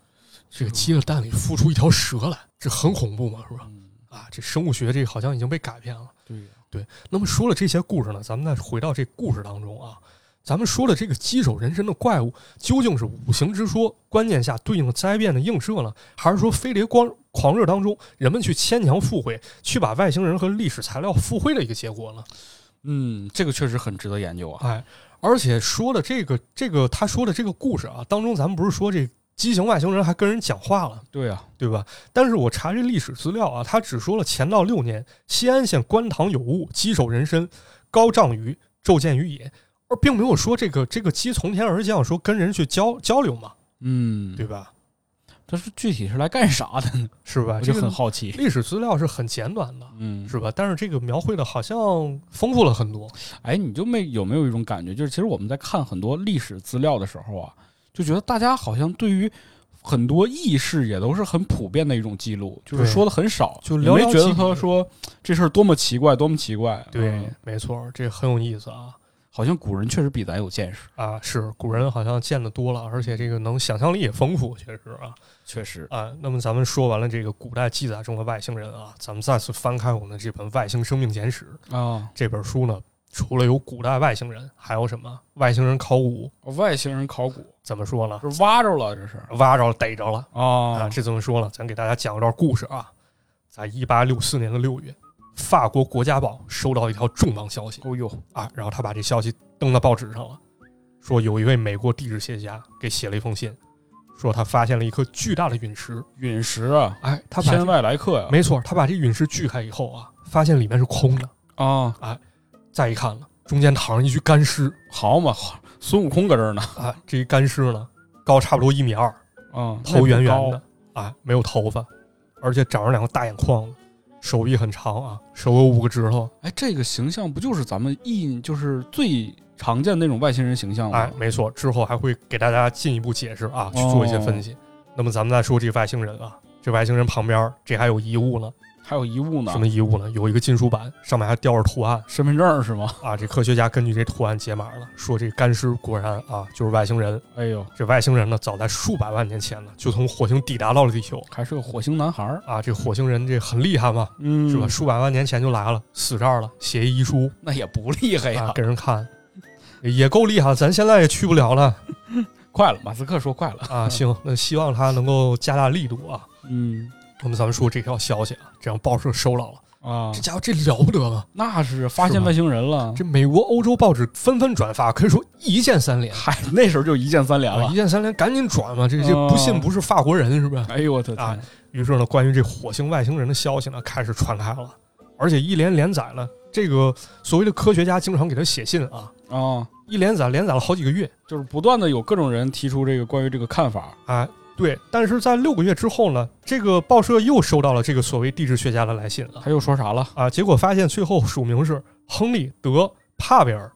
S2: 这个鸡的蛋里孵出一条蛇来，这很恐怖嘛，是吧？
S1: 嗯，
S2: 啊，这生物学这个好像已经被改变了。
S1: 对呀，
S2: 那么说了这些故事呢，咱们再回到这故事当中啊，咱们说的这个鸡首人身的怪物，究竟是五行之说观念下对应的灾变的映射呢，还是说飞碟光狂热当中人们去牵强附会，去把外星人和历史材料附会的一个结果呢？
S1: 嗯，这个确实很值得研究啊。
S2: 哎，而且说的这个这个他说的这个故事啊，当中咱们不是说这畸形外星人还跟人讲话了，
S1: 对啊，
S2: 对吧？但是我查这历史资料啊，他只说了前道六年，西安县官塘有物，鸡首人身，高丈余，骤见于野，而并没有说这个这个鸡从天而降，说跟人去交交流嘛，
S1: 嗯，
S2: 对吧？
S1: 他是具体是来干啥的呢？
S2: 是
S1: 我
S2: 吧？啊这
S1: 就
S2: 个
S1: 很好 奇。
S2: 历史资料是很简短的，
S1: 嗯，
S2: 是吧？但是这个描绘的好像丰富了很多，
S1: 哎，你就没有没有一种感觉，就是其实我们在看很多历史资料的时候啊，就觉得大家好像对于很多轶事也都是很普遍的一种记录，就是
S2: 对
S1: 说的很少，
S2: 就
S1: 你
S2: 寥
S1: 没
S2: 寥
S1: 觉
S2: 几
S1: 得他
S2: 笔
S1: 说这事儿多么奇怪，多么奇怪。
S2: 对
S1: 嗯，
S2: 没错，这很有意思啊。
S1: 好像古人确实比咱有见识，
S2: 啊，是古人好像见得多了，而且这个能想象力也丰富，确实啊
S1: 确实。
S2: 啊。那么咱们说完了这个古代记载中的外星人啊，咱们再次翻开我们的这本《外星生命简史》
S1: 啊，
S2: 这本书呢，除了有古代外星人，还有什么外星人考古？
S1: 外星人考古
S2: 怎么说呢？
S1: 是挖着了，这是
S2: 挖着了，逮着了啊！
S1: 啊，
S2: 这怎么说呢？咱给大家讲一段故事啊，在一八六四年的六月，法国国家报收到一条重磅消息。
S1: 哦呦，
S2: 啊，然后他把这消息登到报纸上了，说有一位美国地质学家给写了一封信，说他发现了一颗巨大的陨石。
S1: 陨石啊，
S2: 哎，他把
S1: 天
S2: 这
S1: 外来客呀、
S2: 没错，他把这陨石锯开以后啊，发现里面是空的。
S1: 啊，
S2: 再一看了，中间躺上一具干尸
S1: 好嘛，孙悟空搁这儿呢，
S2: 啊，这一干尸呢，高差不多一米二，
S1: 啊，
S2: 头圆圆
S1: 那
S2: 的啊，没有头发，而且长着两个大眼眶子，手臂很长啊，手有五个指头。
S1: 哎，这个形象不就是咱们印就是最常见的那种外星人形象吗？
S2: 哎，没错，之后还会给大家进一步解释啊，去做一些分析。那么咱们再说这外星人啊，这外星人旁边儿这还有遗物呢，
S1: 还有遗物呢
S2: 什，么遗物呢？有一个金属板，上面还雕着图案
S1: 身份证是吗？
S2: 啊。这科学家根据这图案解码了，说这干尸果然啊就是外星人。
S1: 哎呦，
S2: 这外星人呢，早在数百万年前呢，就从火星抵达到了地球
S1: 还是个火星男孩儿，
S2: 啊。这火星人这很厉害嘛，
S1: 嗯
S2: 是吧？？数百万年前就来了，死这儿了，写一遗书
S1: 那也不厉害哎呀、
S2: 啊，给人看，也够厉害了。咱现在也去不 了了
S1: 快了，马斯克说快了，
S2: 啊。行，那希望他能够加大力度啊。
S1: 嗯
S2: 那么咱们说这条消息啊，这让报社收到了，
S1: 啊
S2: 这，家伙这了不得啊！
S1: 那是发现外星人了，
S2: 这美国、欧洲报纸纷纷转发，可以说一键三连
S1: 嗨，那时候就一键三连
S2: 啊！
S1: 了
S2: 一。键三连，赶紧转嘛！这这
S1: 哦
S2: 不信不是法国人是不是？
S1: 哎呦我的
S2: 啊
S1: 天！
S2: 于是呢，关于这火星外星人的消息呢，开始传开了，而且一连连载了。这个所谓的科学家经常给他写信啊，
S1: 啊，
S2: 一连载连载了好几个月
S1: 就是不断的有各种人提出这个关于这个看法，
S2: 啊。对，但是在六个月之后呢，这个报社又收到了这个所谓地质学家的来信啊，
S1: 他又说啥了？
S2: 啊，结果发现最后署名是亨利·德·帕维尔，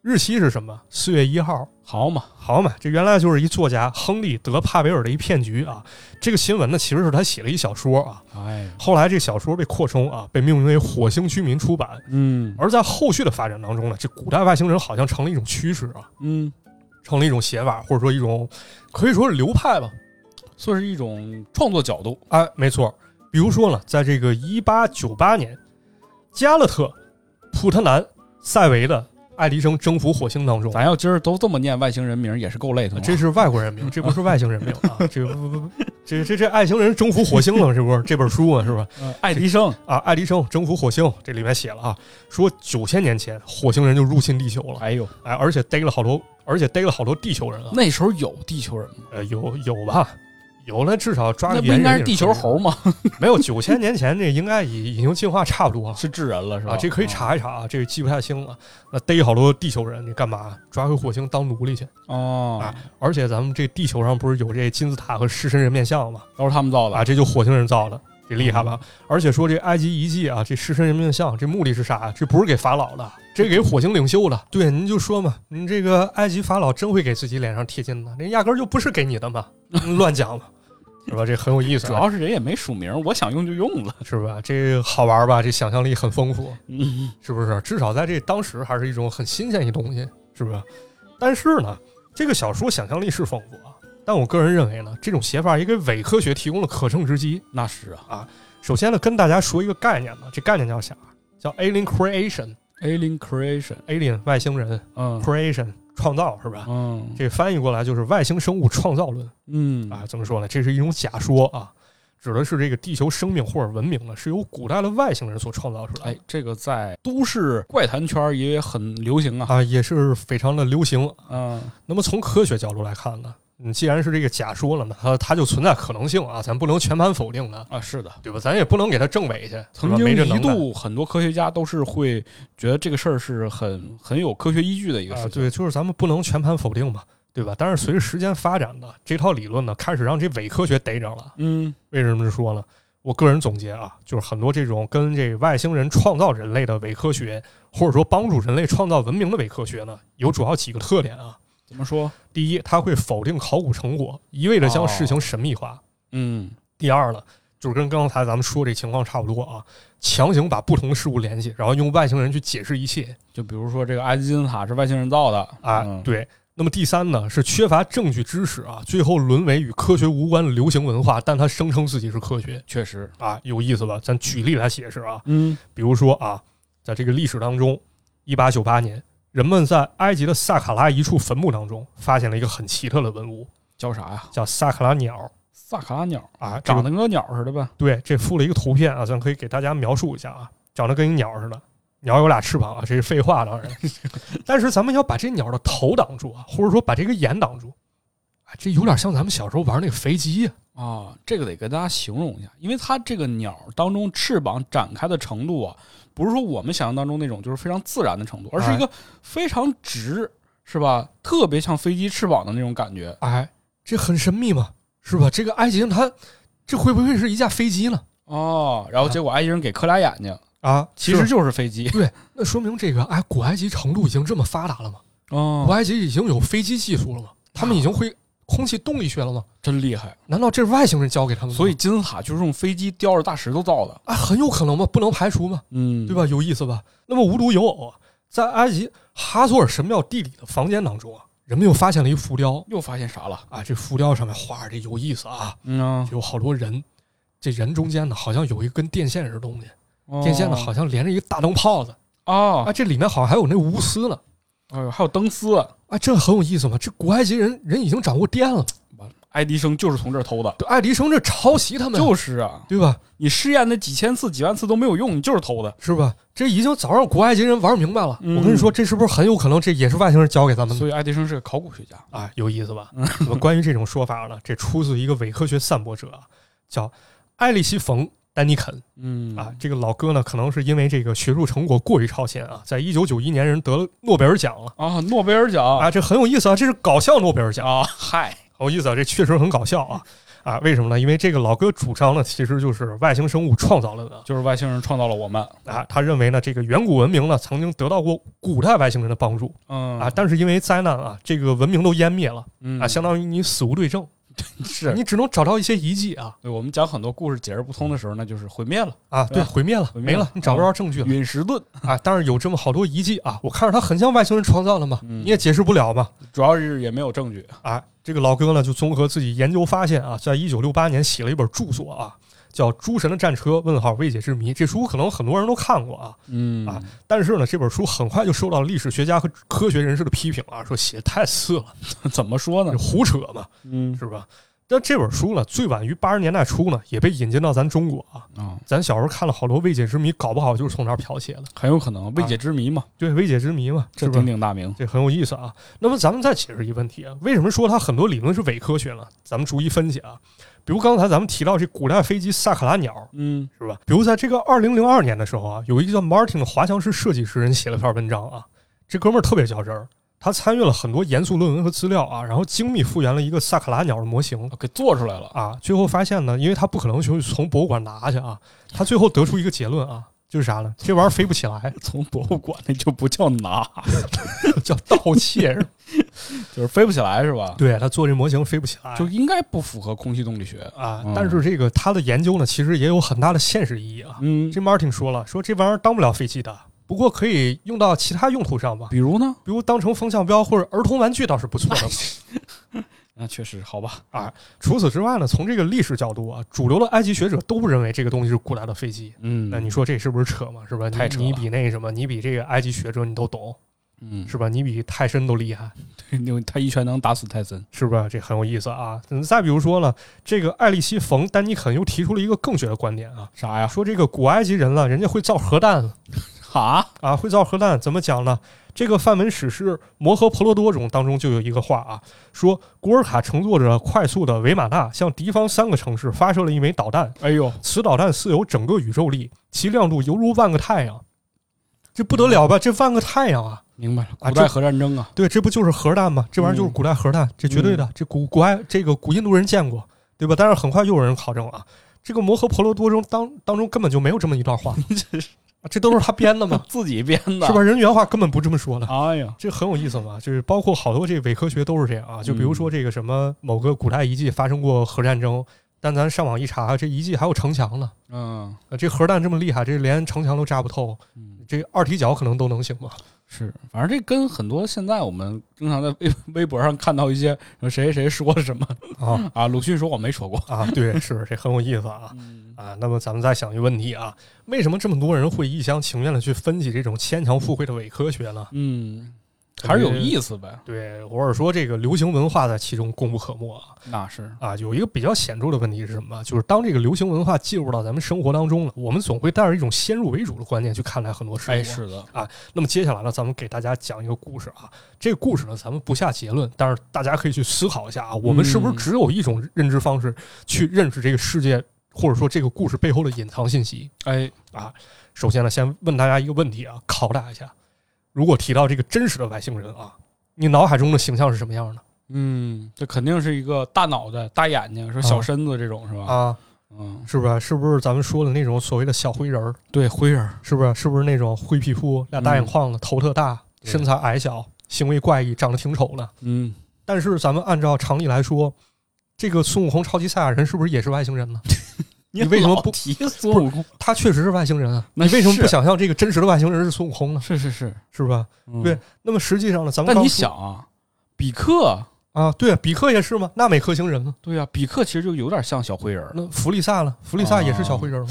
S2: 日期是什么？四月一号。
S1: 好嘛，
S2: 好嘛，这原来就是一作家亨利·德·帕维尔的一骗局啊！这个新闻呢，其实是他写了一小说啊，
S1: 哎，
S2: 后来这小说被扩充啊，被命名为《火星居民》出版。
S1: 嗯
S2: 而在后续的发展当中呢，这古代外星人好像成了一种趋势啊，
S1: 嗯，
S2: 成了一种写法，或者说一种可以说是流派吧。
S1: 算是一种创作角度，
S2: 哎，没错。比如说呢，在这个一八九八年，加勒特、普特南、塞维的爱迪生征服火星当中，
S1: 咱要今儿都这么念外星人名儿也是够累的嘛。
S2: 哎这是外国人名， 这不是外星人名啊！这这这这爱星人征服火星了，这不是这本书啊，是吧？
S1: 呃爱迪生
S2: 啊，爱迪生征服火星，这里面写了啊，说九千年前火星人就入侵地球了，
S1: 哎呦，
S2: 哎，而且逮了好多，而且逮了好多地球人啊，
S1: 那时候有地球人吗？
S2: 呃，有有吧？有那至少抓
S1: 那
S2: 个
S1: 不
S2: 猿
S1: 应该
S2: 人
S1: 是
S2: 也
S1: 地球
S2: 可以的
S1: 猴吗？
S2: 没有，九千年前这应该已已经进化差不多了。
S1: 是智人了是吧？
S2: 啊，这可以查一查啊，这个记不太清了。那逮好多地球人，你干嘛抓回火星当奴隶去？
S1: 哦，
S2: 啊而且咱们这地球上不是有这金字塔和狮身人面像吗？
S1: 都是他们造的
S2: 啊，这就火星人造的，这厉害吧？而且说这埃及遗迹啊，这狮身人面像，这目的是啥？这不是给法老的，这给火星领袖的。对，您就说嘛，您这个埃及法老真会给自己脸上贴金的，那压根儿就不是给你的嘛，乱讲嘛， 是吧？这很有意思
S1: 主
S2: 啊、
S1: 要是人也没署名，我想用就用了。
S2: 是吧？这好玩吧？这想象力很丰富。
S1: 嗯，
S2: 是不是？至少在这当时还是一种很新鲜一东西，是不是？但是呢，这个小说想象力是丰富啊，但我个人认为呢，这种写法也给伪科学提供了可乘之机。
S1: 那是啊
S2: 首先呢，跟大家说一个概念吧，这概念叫啥？叫 alien creation，alien
S1: ，Alien Creation，
S2: 外星人
S1: 嗯
S2: creation 创造是吧？
S1: 嗯
S2: 这翻译过来就是外星生物创造论
S1: 嗯
S2: 啊。怎么说呢？这是一种假说啊，指的是这个地球生命或者文明呢，是由古代的外星人所创造出来
S1: 哎
S2: 的，
S1: 这个在都市怪谈圈儿也很流行啊。
S2: 啊，也是非常的流行。
S1: 嗯
S2: 那么从科学角度来看呢，你既然是这个假说了呢，它它就存在可能性啊，咱不能全盘否定它，
S1: 啊，是的，
S2: 对吧？咱也不能给它证伪去，是
S1: 曾
S2: 吧
S1: 经
S2: 没这
S1: 一
S2: 能耐。
S1: 度很多科学家都是会觉得这个事儿是很很有科学依据的一个
S2: 啊，
S1: 事情。
S2: 对，就是咱们不能全盘否定嘛，对吧？但是随着时间发展呢，这套理论呢开始让这伪科学逮着了。
S1: 嗯
S2: 为什么说呢？我个人总结啊，就是很多这种跟这外星人创造人类的伪科学，或者说帮助人类创造文明的伪科学呢，有主要几个特点啊。
S1: 怎么说？
S2: 第一，它会否定考古成果，一味的
S1: 哦
S2: 将事情神秘化；
S1: 嗯
S2: 第二呢，就是跟刚才咱们说这情况差不多啊，强行把不同的事物联系，然后用外星人去解释一切。
S1: 就比如说这个埃及金字塔是外星人造的嗯
S2: 啊，，对。那么第三呢，是缺乏证据支持啊，最后沦为与科学无关的流行文化，但它声称自己是科学
S1: 确实，
S2: 啊，有意思吧？咱举例来解释啊，
S1: 嗯
S2: 比如说啊，在这个历史当中，一八九八年，人们在埃及的萨卡拉一处坟墓当中发现了一个很奇特的文物，
S1: 叫啥呀？
S2: 叫萨卡拉鸟
S1: 萨卡拉鸟，
S2: 啊，这
S1: 长
S2: 个
S1: 得跟个鸟似的呗。
S2: 对，这附了一个图片啊，咱可以给大家描述一下啊，长得跟一鸟似的。鸟有俩翅膀啊，这是废话，当然。 但是咱们要把这鸟的头挡住啊，或者说把这个眼挡住，啊，这有点像咱们小时候玩那个飞机呀、
S1: 啊，这个得跟大家形容一下，因为它这个鸟当中翅膀展开的程度啊，不是说我们想象当中那种就是非常自然的程度，而是一个非常直，是吧？特别像飞机翅膀的那种感觉。
S2: 哎，这很神秘嘛，是吧？这个埃及人他这会不会是一架飞机呢？
S1: 哦，然后结果埃及人给磕俩眼睛，
S2: 啊，
S1: 其实就是飞机。
S2: 那说明这个哎，古埃及程度已经这么发达了吗？古
S1: 哦，
S2: 埃及已经有飞机技术了吗？他们已经会空气动力学了吗？
S1: 真厉害！
S2: 难道这是外星人教给他们的吗？
S1: 嗯所以金字塔就是用飞机叼着大石头造的。
S2: 啊，很有可能吗？不能排除吗？
S1: 嗯
S2: 对？吧？有意思吧？那么无独有偶啊，在埃及哈索尔神庙地里的房间当中啊，人们又发现了一浮雕
S1: 又发现啥了？
S2: 啊，这浮雕上面画着这有意思啊，
S1: 嗯啊，
S2: 有好多人，这人中间呢好像有一根电线似的东西，
S1: 哦
S2: 电线呢好像连着一个大灯泡子
S1: 哦
S2: 啊，，这里面好像还有那钨丝呢
S1: 哎呦，还有灯丝，
S2: 啊，这很有意思嘛，这古埃及人人已经掌握电了，
S1: 爱迪生就是从这儿偷的。
S2: 对爱迪生这抄袭他们呀，
S1: 就是啊，
S2: 对吧？
S1: 你试验那几千次、几万次都没有用，你就是偷的。
S2: 是吧？这已经早让古埃及人玩明白了。
S1: 嗯
S2: 我跟你说，这是不是很有可能这也是外星人教给咱们的？
S1: 所以爱迪生是个考古学家。
S2: 啊，有意思吧？
S1: 嗯
S2: 那么关于这种说法呢，这出自一个伪科学散播者啊，叫艾利西·冯·丹尼肯
S1: 嗯
S2: 啊。这个老哥呢，可能是因为这个学术成果过于超前啊，在一九九一年人得了诺贝尔奖了
S1: 啊，诺贝尔奖
S2: 啊，这很有意思啊，这是搞笑诺贝尔奖，
S1: 啊，嗨，
S2: 很有意思啊，这确实很搞笑啊啊，为什么呢？因为这个老哥主张呢，其实就是外星生物创造论啊
S1: 就是外星人创造了我们。
S2: 啊，他认为呢，这个远古文明呢曾经得到过古代外星人的帮助
S1: 嗯
S2: 啊，但是因为灾难啊，这个文明都湮灭了
S1: 嗯
S2: 啊，相当于你死无对证。
S1: 是
S2: 你只能找到一些遗迹啊
S1: 对我们讲很多故事解释不通的时候，那就是毁灭了，
S2: 啊，
S1: 对
S2: 对，
S1: 吧
S2: 毁灭了，
S1: 毁灭
S2: 没
S1: 了
S2: 了，嗯你找不着证据了
S1: 陨石盾，
S2: 啊。但是有这么好多遗迹啊，我看着它很像外星人创造的嘛，
S1: 嗯
S2: 你也解释不了嘛
S1: 主要是也没有证据。
S2: 啊。这个老哥呢，就综合自己研究发现啊，在一九六八年写了一本著作啊，叫《诸神的战车：问号未解之谜》。这书可能很多人都看过啊，
S1: 嗯
S2: 啊但是呢，这本书很快就受到历史学家和科学人士的批评啊，说写得太次了，
S1: 怎么说呢
S2: 这？胡扯嘛，
S1: 嗯
S2: 是吧？但这本书呢，最晚于八十年代初呢，也被引进到咱中国啊。
S1: 啊，
S2: 咱小时候看了好多未解之谜，搞不好就是从那儿剽窃的。
S1: 很有可能未解之谜嘛，
S2: 对，未解之谜嘛，
S1: 这
S2: 是不
S1: 鼎
S2: 是？
S1: 鼎大名。
S2: 这很有意思啊。那么咱们再解释一个问题啊，为什么说它很多理论是伪科学呢？咱们逐一分解啊。比如刚才咱们提到这古代飞机萨卡拉鸟，
S1: 嗯
S2: 是吧？比如在这个二零零二年的时候啊，有一个叫 Martin 的滑翔式设计师人写了篇文章啊，这哥们儿特别较真儿，他参与了很多严肃论文和资料啊，然后精密复原了一个萨卡拉鸟的模型。
S1: 给做出来了。
S2: 啊，最后发现呢，因为他不可能去从博物馆拿去啊，他最后得出一个结论啊，就是啥呢？这玩意儿飞不起来，
S1: 从博物馆那就不叫拿，
S2: 叫盗窃是吧。
S1: 就是飞不起来是吧？
S2: 对他做这模型飞不起来，
S1: 就应该不符合空气动力学。
S2: 啊
S1: 嗯。
S2: 但是这个他的研究呢，其实也有很大的现实意义啊。
S1: 嗯，
S2: 这 Martin 说了，说这玩意儿当不了飞机的，不过可以用到其他用途上吧，
S1: 比如呢？
S2: 比如当成风向标或者儿童玩具倒是不错的。
S1: 那啊确实好吧。
S2: 除此之外呢，从这个历史角度啊，主流的埃及学者都不认为这个东西是古代的飞机。
S1: 嗯
S2: 那你说这是不是扯嘛？是吧？你
S1: 太扯了
S2: 你比那什么，你比这个埃及学者你都懂，
S1: 嗯，
S2: 是吧？你比泰森都厉害，
S1: 因为他一拳能打死泰森。
S2: 是不是？这很有意思啊。嗯再比如说呢，这个艾利希·冯·丹尼肯又提出了一个更绝的观点啊，
S1: 啥呀？
S2: 说这个古埃及人了，人家会造核弹
S1: 哈，
S2: 啊，会造核弹，怎么讲呢？这个范文史诗《摩诃婆罗多》中当中就有一个话啊，说古尔卡乘坐着快速的维马纳，向敌方三个城市发射了一枚导弹，
S1: 哎呦，
S2: 此导弹似有整个宇宙力，其亮度犹如万个太阳，这不得了吧？这万个太阳啊！
S1: 明白了，
S2: 啊
S1: 古代
S2: 这
S1: 核战争啊，，
S2: 对，这不就是核弹吗？这玩意儿就是古代核弹，这绝对的。这古古埃这个古印度人见过，对吧？但是很快又有人考证啊，这个摩诃婆罗多中当当中根本就没有这么一段话，啊这都是他编的嘛
S1: 自己编的，啊
S2: 是 吧？？人原话根本不这么说的。
S1: 哎呀，
S2: 这很有意思嘛，就是包括好多这伪科学都是这样啊，就比如说这个什么某个古代遗迹发生过核战争，但咱上网一查，这遗迹还有城墙呢。
S1: 嗯，
S2: 啊，这核弹这么厉害，这连城墙都炸不透，
S1: 嗯
S2: 这二踢脚可能都能行吧？
S1: 是，反正这跟很多现在我们经常在微 微博上看到一些什么谁谁谁说什么
S2: 啊
S1: 啊，鲁迅说我没说过，
S2: 啊，对，是这很有意思啊
S1: 嗯
S2: 啊！那么咱们再想一个问题啊，为什么这么多人会一厢情愿的去分析这种牵强附会的伪科学呢？
S1: 嗯，还是有
S2: 思。
S1: 意思呗，
S2: 对，或者说这个流行文化在其中功不可没啊！
S1: 那是，
S2: 啊，有一个比较显著的问题是什么？就是当这个流行文化进入到咱们生活当中了，我们总会带着一种先入为主的观念去看待很多事物。啊
S1: 哎，是的，
S2: 那么接下来呢，咱们给大家讲一个故事啊。这个故事呢，咱们不下结论，但是大家可以去思考一下啊，我们是不是
S1: 嗯
S2: 只有一种认知方式去认识这个世界，或者说这个故事背后的隐藏信息？
S1: 哎，
S2: 首先呢，先问大家一个问题啊，拷打一下：如果提到这个真实的外星人啊，你脑海中的形象是什么样的
S1: 嗯，这肯定是一个大脑袋、大眼睛、说小身子这种是吧？
S2: 啊？
S1: 嗯，
S2: 是不是？是不是咱们说的那种所谓的小灰人儿？
S1: 对，灰人儿，
S2: 是不是？是不是那种灰皮肤、俩大眼眶子、头特大、
S1: 嗯对
S2: 身材矮小、行为怪异、长得挺丑的？
S1: 嗯，
S2: 但是咱们按照常理来说，这个孙悟空超级赛亚人是不是也是外星人 呢？你为什么不
S1: 老提孙悟空？
S2: 他确实是外星人啊！
S1: 那
S2: 你为什么
S1: 是
S2: 不想象这个真实的外星人是孙悟空呢？
S1: 是是是，
S2: 是吧？
S1: 嗯
S2: 对。那么实际上呢，咱们
S1: 但
S2: 刚
S1: 你
S2: 说
S1: 想啊，比克，
S2: 啊，对啊，比克也是吗？纳美克星人呢？
S1: 对呀、比克其实就有点像小灰人儿了。
S2: 那弗利萨呢？弗利萨也是小灰人吗？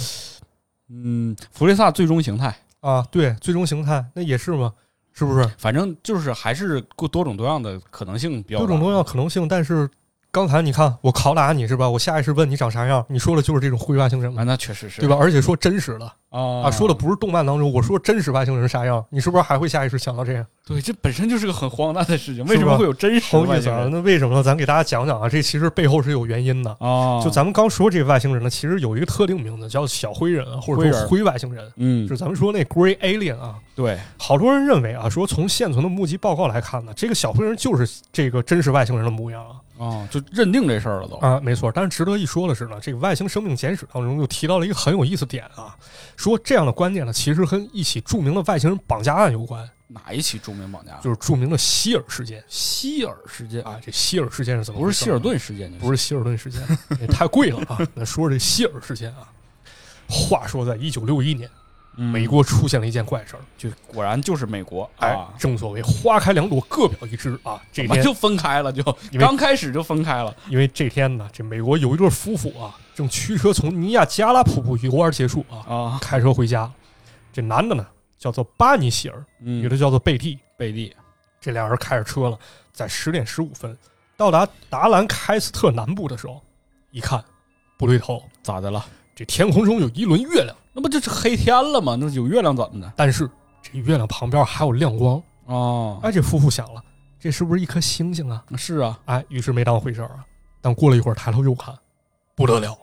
S1: 嗯，弗利萨最终形态，
S2: 啊，对，最终形态那也是吗？是不是？
S1: 反正就是还是过多种多样的可能性比较大
S2: 各种多样可能性，但是刚才你看我拷打你是吧？我下意识问你长啥样，你说的就是这种灰外星人嘛，
S1: 啊，那确实是
S2: 对吧？？而且说真实的
S1: 啊
S2: 啊，说的不是动漫当中，我说真实外星人啥样，你是不是还会下意识想到这样？
S1: 对，这本身就是个很荒诞的事情，
S2: 吧
S1: 为什么会有真实
S2: 很有
S1: 外
S2: 意思
S1: 星
S2: 啊！
S1: 人
S2: 那为什么呢？咱给大家讲讲啊，这其实背后是有原因的。
S1: 啊？
S2: 就咱们刚说这个外星人呢，其实有一个特定名字叫小灰人啊，或
S1: 灰
S2: 者
S1: 人
S2: 说灰外星人，
S1: 嗯
S2: 就是，咱们说那 Gray Alien 啊。
S1: 对，
S2: 好多人认为啊，说从现存的目击报告来看呢，这个小灰人就是这个真实外星人的模样啊。
S1: 啊，就认定这事儿了都。
S2: 啊，没错。但是值得一说的是呢，这个《外星生命简史》当中就提到了一个很有意思点啊，说这样的观念呢，其实跟一起著名的外星人绑架案有关，
S1: 哪一起著名绑架？
S2: 就是著名的希尔事件
S1: 希尔事件，
S2: 啊。这希尔事件是怎么
S1: 不
S2: 回
S1: 是
S2: 事呢？
S1: 希尔顿事件，
S2: 不
S1: 是
S2: 是希尔 顿事件，也太贵了啊！那说这希尔事件啊，话说在一九六一年，
S1: 嗯
S2: 美国出现了一件怪事儿，
S1: 就果然就是美国，
S2: 哎
S1: 啊，
S2: 正所谓花开两朵，各表一枝啊。这
S1: 怎么
S2: 天，
S1: 就分开了？就
S2: 因为
S1: 刚开始就分开了。
S2: 因为这天呢，这美国有一对夫妇啊，正驱车从尼亚加拉瀑布游玩结束啊，
S1: 啊，
S2: 开车回家。这男的呢叫做巴尼希尔，女
S1: 嗯，
S2: 的叫做贝蒂。
S1: 贝蒂，
S2: 这俩人开着车了，在十点十五分到达达兰开斯特南部的时候，一看不对头，
S1: 咋的了？
S2: 这天空中有一轮月亮，
S1: 那不就是黑天了吗？那有月亮怎么的？
S2: 但是这月亮旁边还有亮光。
S1: 哦，
S2: 哎，这夫妇想了，这是不是一颗星星啊？
S1: 是啊，
S2: 哎，于是没当回事儿啊。但过了一会儿，抬头又看，不得了！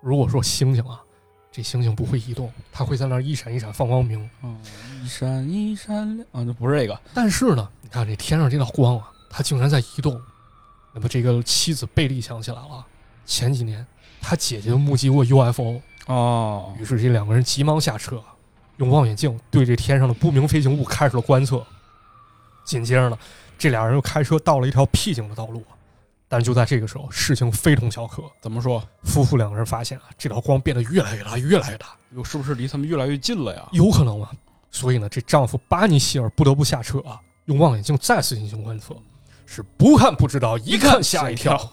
S2: 如果说星星啊，这星星不会移动，它会在那儿一闪一闪放光明。
S1: 嗯，一闪一闪亮啊，这不是这个，
S2: 但是呢，你看这天上这道光啊，它竟然在移动。那么这个妻子贝利想起来了，前几年她姐姐目击过 UFO，
S1: 哦，
S2: 于是这两个人急忙下车，用望远镜对这天上的不明飞行物开始了观测。紧接着呢，这俩人又开车到了一条僻静的道路，但就在这个时候，事情非同小可。
S1: 怎么说？
S2: 夫妇两个人发现啊，这道光变得越来越大，越来越大，
S1: 哟，是不是离他们越来越近了呀？
S2: 有可能吗？所以呢，这丈夫巴尼希尔不得不下车啊，用望远镜再次进行观测，是不看不知道，一看吓一
S1: 一
S2: 跳
S1: 看吓。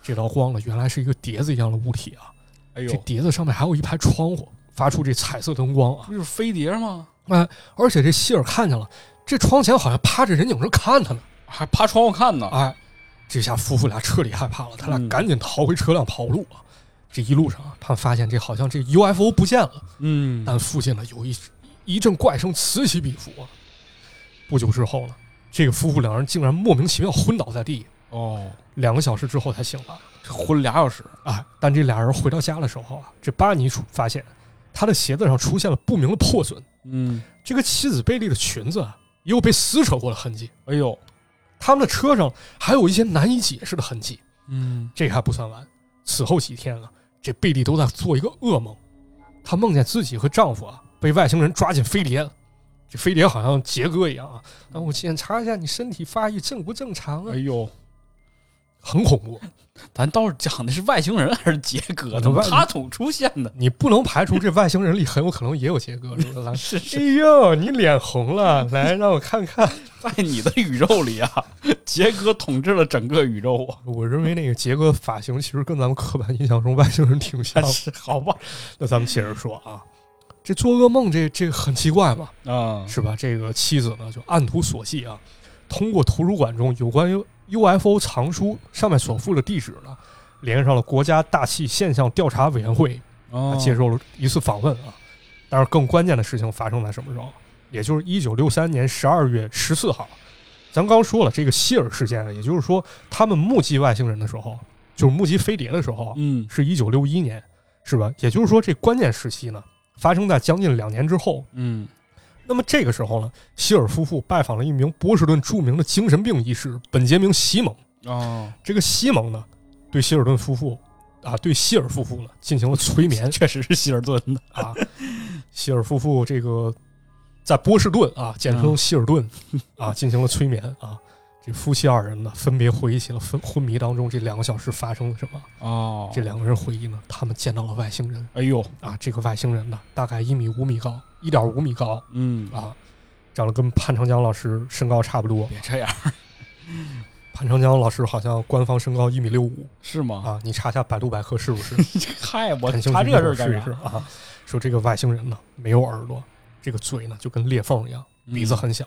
S2: 这道光呢，原来是一个碟子一样的物体啊，
S1: 哎
S2: 这
S1: 呦，
S2: 碟子上面还有一排窗户，发出这彩色灯光啊。
S1: 不就是飞碟吗？
S2: 而且这希尔看见了，这窗前好像趴着人影正看他呢。
S1: 还趴窗户看呢。
S2: 哎，这下夫妇俩彻底害怕了，他俩
S1: 嗯
S2: 赶紧逃回车辆跑路啊。这一路上啊，他们发现这好像这 UFO 不见了，
S1: 嗯
S2: 但附近呢有一一阵怪声此起彼伏啊。不久之后呢，这个夫妇两人竟然莫名其妙昏倒在地，
S1: 哦，
S2: 两个小时之后才醒来。
S1: 这昏俩小时，
S2: 哎，但这俩人回到家的时候啊，这巴尼出发现他的鞋子上出现了不明的破损，
S1: 嗯，
S2: 这个妻子贝利的裙子啊也有被撕扯过的痕迹，
S1: 哎呦，
S2: 他们的车上还有一些难以解释的痕迹。
S1: 嗯，
S2: 这还不算完，此后几天啊，这贝利都在做一个噩梦，她梦见自己和丈夫啊被外星人抓进飞碟了，这飞碟好像杰哥一样啊，啊，我检查一下你身体发育正不正常啊
S1: 哎，呦，
S2: 很恐怖，
S1: 咱倒是讲的是外星人还是杰哥？怎么他总出现的？
S2: 你不能排除这外星人里很有可能也有杰哥，是不是？来，
S1: 是是
S2: 哎呦，你脸红了，来让我看看。
S1: 在你的宇宙里啊， 杰哥统治了整个宇宙 啊！
S2: 我认为那个杰哥发型其实跟咱们刻板印象中外星人挺像的。
S1: 是好吧？
S2: 那咱们接着说啊，这做噩梦这这很奇怪嘛，
S1: 啊，
S2: 是吧？这个妻子呢就按图索骥啊，通过图书馆中有关 U UFO 藏书上面所附的地址呢，连上了国家大气现象调查委员会，
S1: 哦
S2: 他啊接受了一次访问啊。但是更关键的事情发生在什么时候？也就是一九六三年十二月十四号。咱刚说了这个希尔事件，也就是说他们目击外星人的时候，就是目击飞碟的时候，啊
S1: 嗯
S2: 是一九六一年，是吧？也就是说这关键时期呢，发生在将近两年之后。
S1: 嗯，
S2: 那么这个时候呢，希尔夫妇拜访了一名波士顿著名的精神病医师本杰明·西蒙。
S1: 哦，
S2: 这个西蒙呢，对希尔顿夫妇啊，对希尔夫妇呢进行了催眠
S1: 确实是希尔顿的，
S2: 啊。希尔夫妇这个在波士顿啊，简称希尔顿、啊，进行了催眠啊。这夫妻二人呢，分别回忆起了昏昏迷当中这两个小时发生了什么。
S1: 哦
S2: 这两个人回忆呢，他们见到了外星人
S1: 哎呦，
S2: 啊。这个外星人呢，大概一米五米高，一点五米高，
S1: 嗯，
S2: 啊，长得跟潘长江老师身高差不多。
S1: 别这样，
S2: 潘长江老师好像官方身高一米六五
S1: 是吗？
S2: 啊，你查一下百度百科是 不是？
S1: 嗨，我
S2: 感兴
S1: 查
S2: 趣
S1: 这
S2: 一会
S1: 事
S2: 儿
S1: 儿干
S2: 试一
S1: 啥
S2: 试？啊。说这个外星人呢没有耳朵，这个嘴呢就跟裂缝一样，鼻子很小，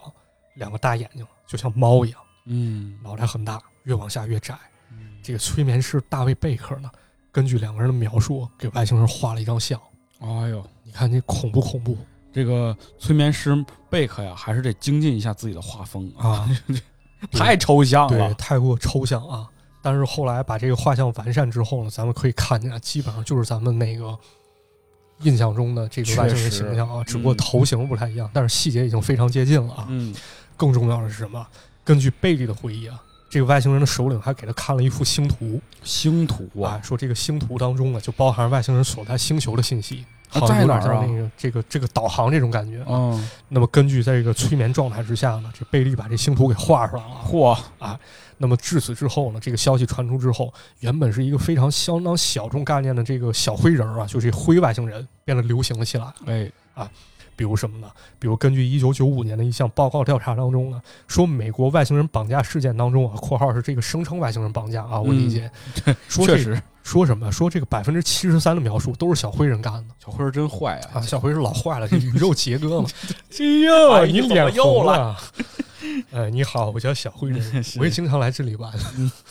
S2: 两个大眼睛就像猫一样，
S1: 嗯，
S2: 脑袋很大，越往下越窄。
S1: 嗯，
S2: 这个催眠师大卫贝克呢，根据两个人的描述，给外星人画了一张像。
S1: 哎呦，
S2: 你看这恐不恐怖
S1: 这个催眠师贝克呀，还是得精进一下自己的画风啊，
S2: 啊？
S1: 太抽象
S2: 对，
S1: 了。
S2: 太过抽象啊。但是后来把这个画像完善之后呢，咱们可以看见啊，基本上就是咱们那个印象中的这个外星人形象啊，
S1: 确实
S2: 只不过
S1: 嗯
S2: 头型不太一样，但是细节已经非常接近了啊。
S1: 嗯，
S2: 更重要的是什么？根据贝利的回忆啊，这个外星人的首领还给他看了一幅星图
S1: 星图
S2: 啊
S1: 啊，，
S2: 说这个星图当中呢，就包含外星人所在星球的信息。
S1: 啊
S2: 好像
S1: 在
S2: 有
S1: 哪
S2: 点
S1: 儿啊
S2: 像那个这个这个导航这种感觉。
S1: 嗯，
S2: 那么根据在这个催眠状态之下呢，这贝利把这星图给画出来了啊。
S1: 嚯，
S2: 那么至此之后呢，这个消息传出之后，原本是一个非常相当小众概念的这个小灰人儿啊，就是灰外星人，变得流行了起来。
S1: 哎，
S2: 比如什么呢？比如根据一九九五年的一项报告调查当中呢，说美国外星人绑架事件当中啊（括号是这个声称外星人绑架啊），我理解， 说
S1: 嗯
S2: 这
S1: 确实，
S2: 说什么？说这个百分之七十三的描述都是小灰人干的。
S1: 小辉儿真坏
S2: 啊，
S1: 啊！
S2: 小辉是老 坏了，这宇宙杰哥嘛。哎呦
S1: 哎
S2: 你
S1: 你怎么
S2: 脸
S1: 又
S2: 红
S1: 来
S2: 了。 呃，你好，我叫小灰人
S1: 是，
S2: 我也经常来这里玩。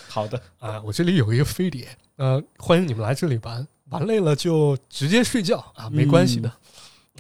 S1: 好的，
S2: 啊，我这里有一个飞碟，呃，欢迎你们来这里玩，玩累了就直接睡觉啊，没关系的、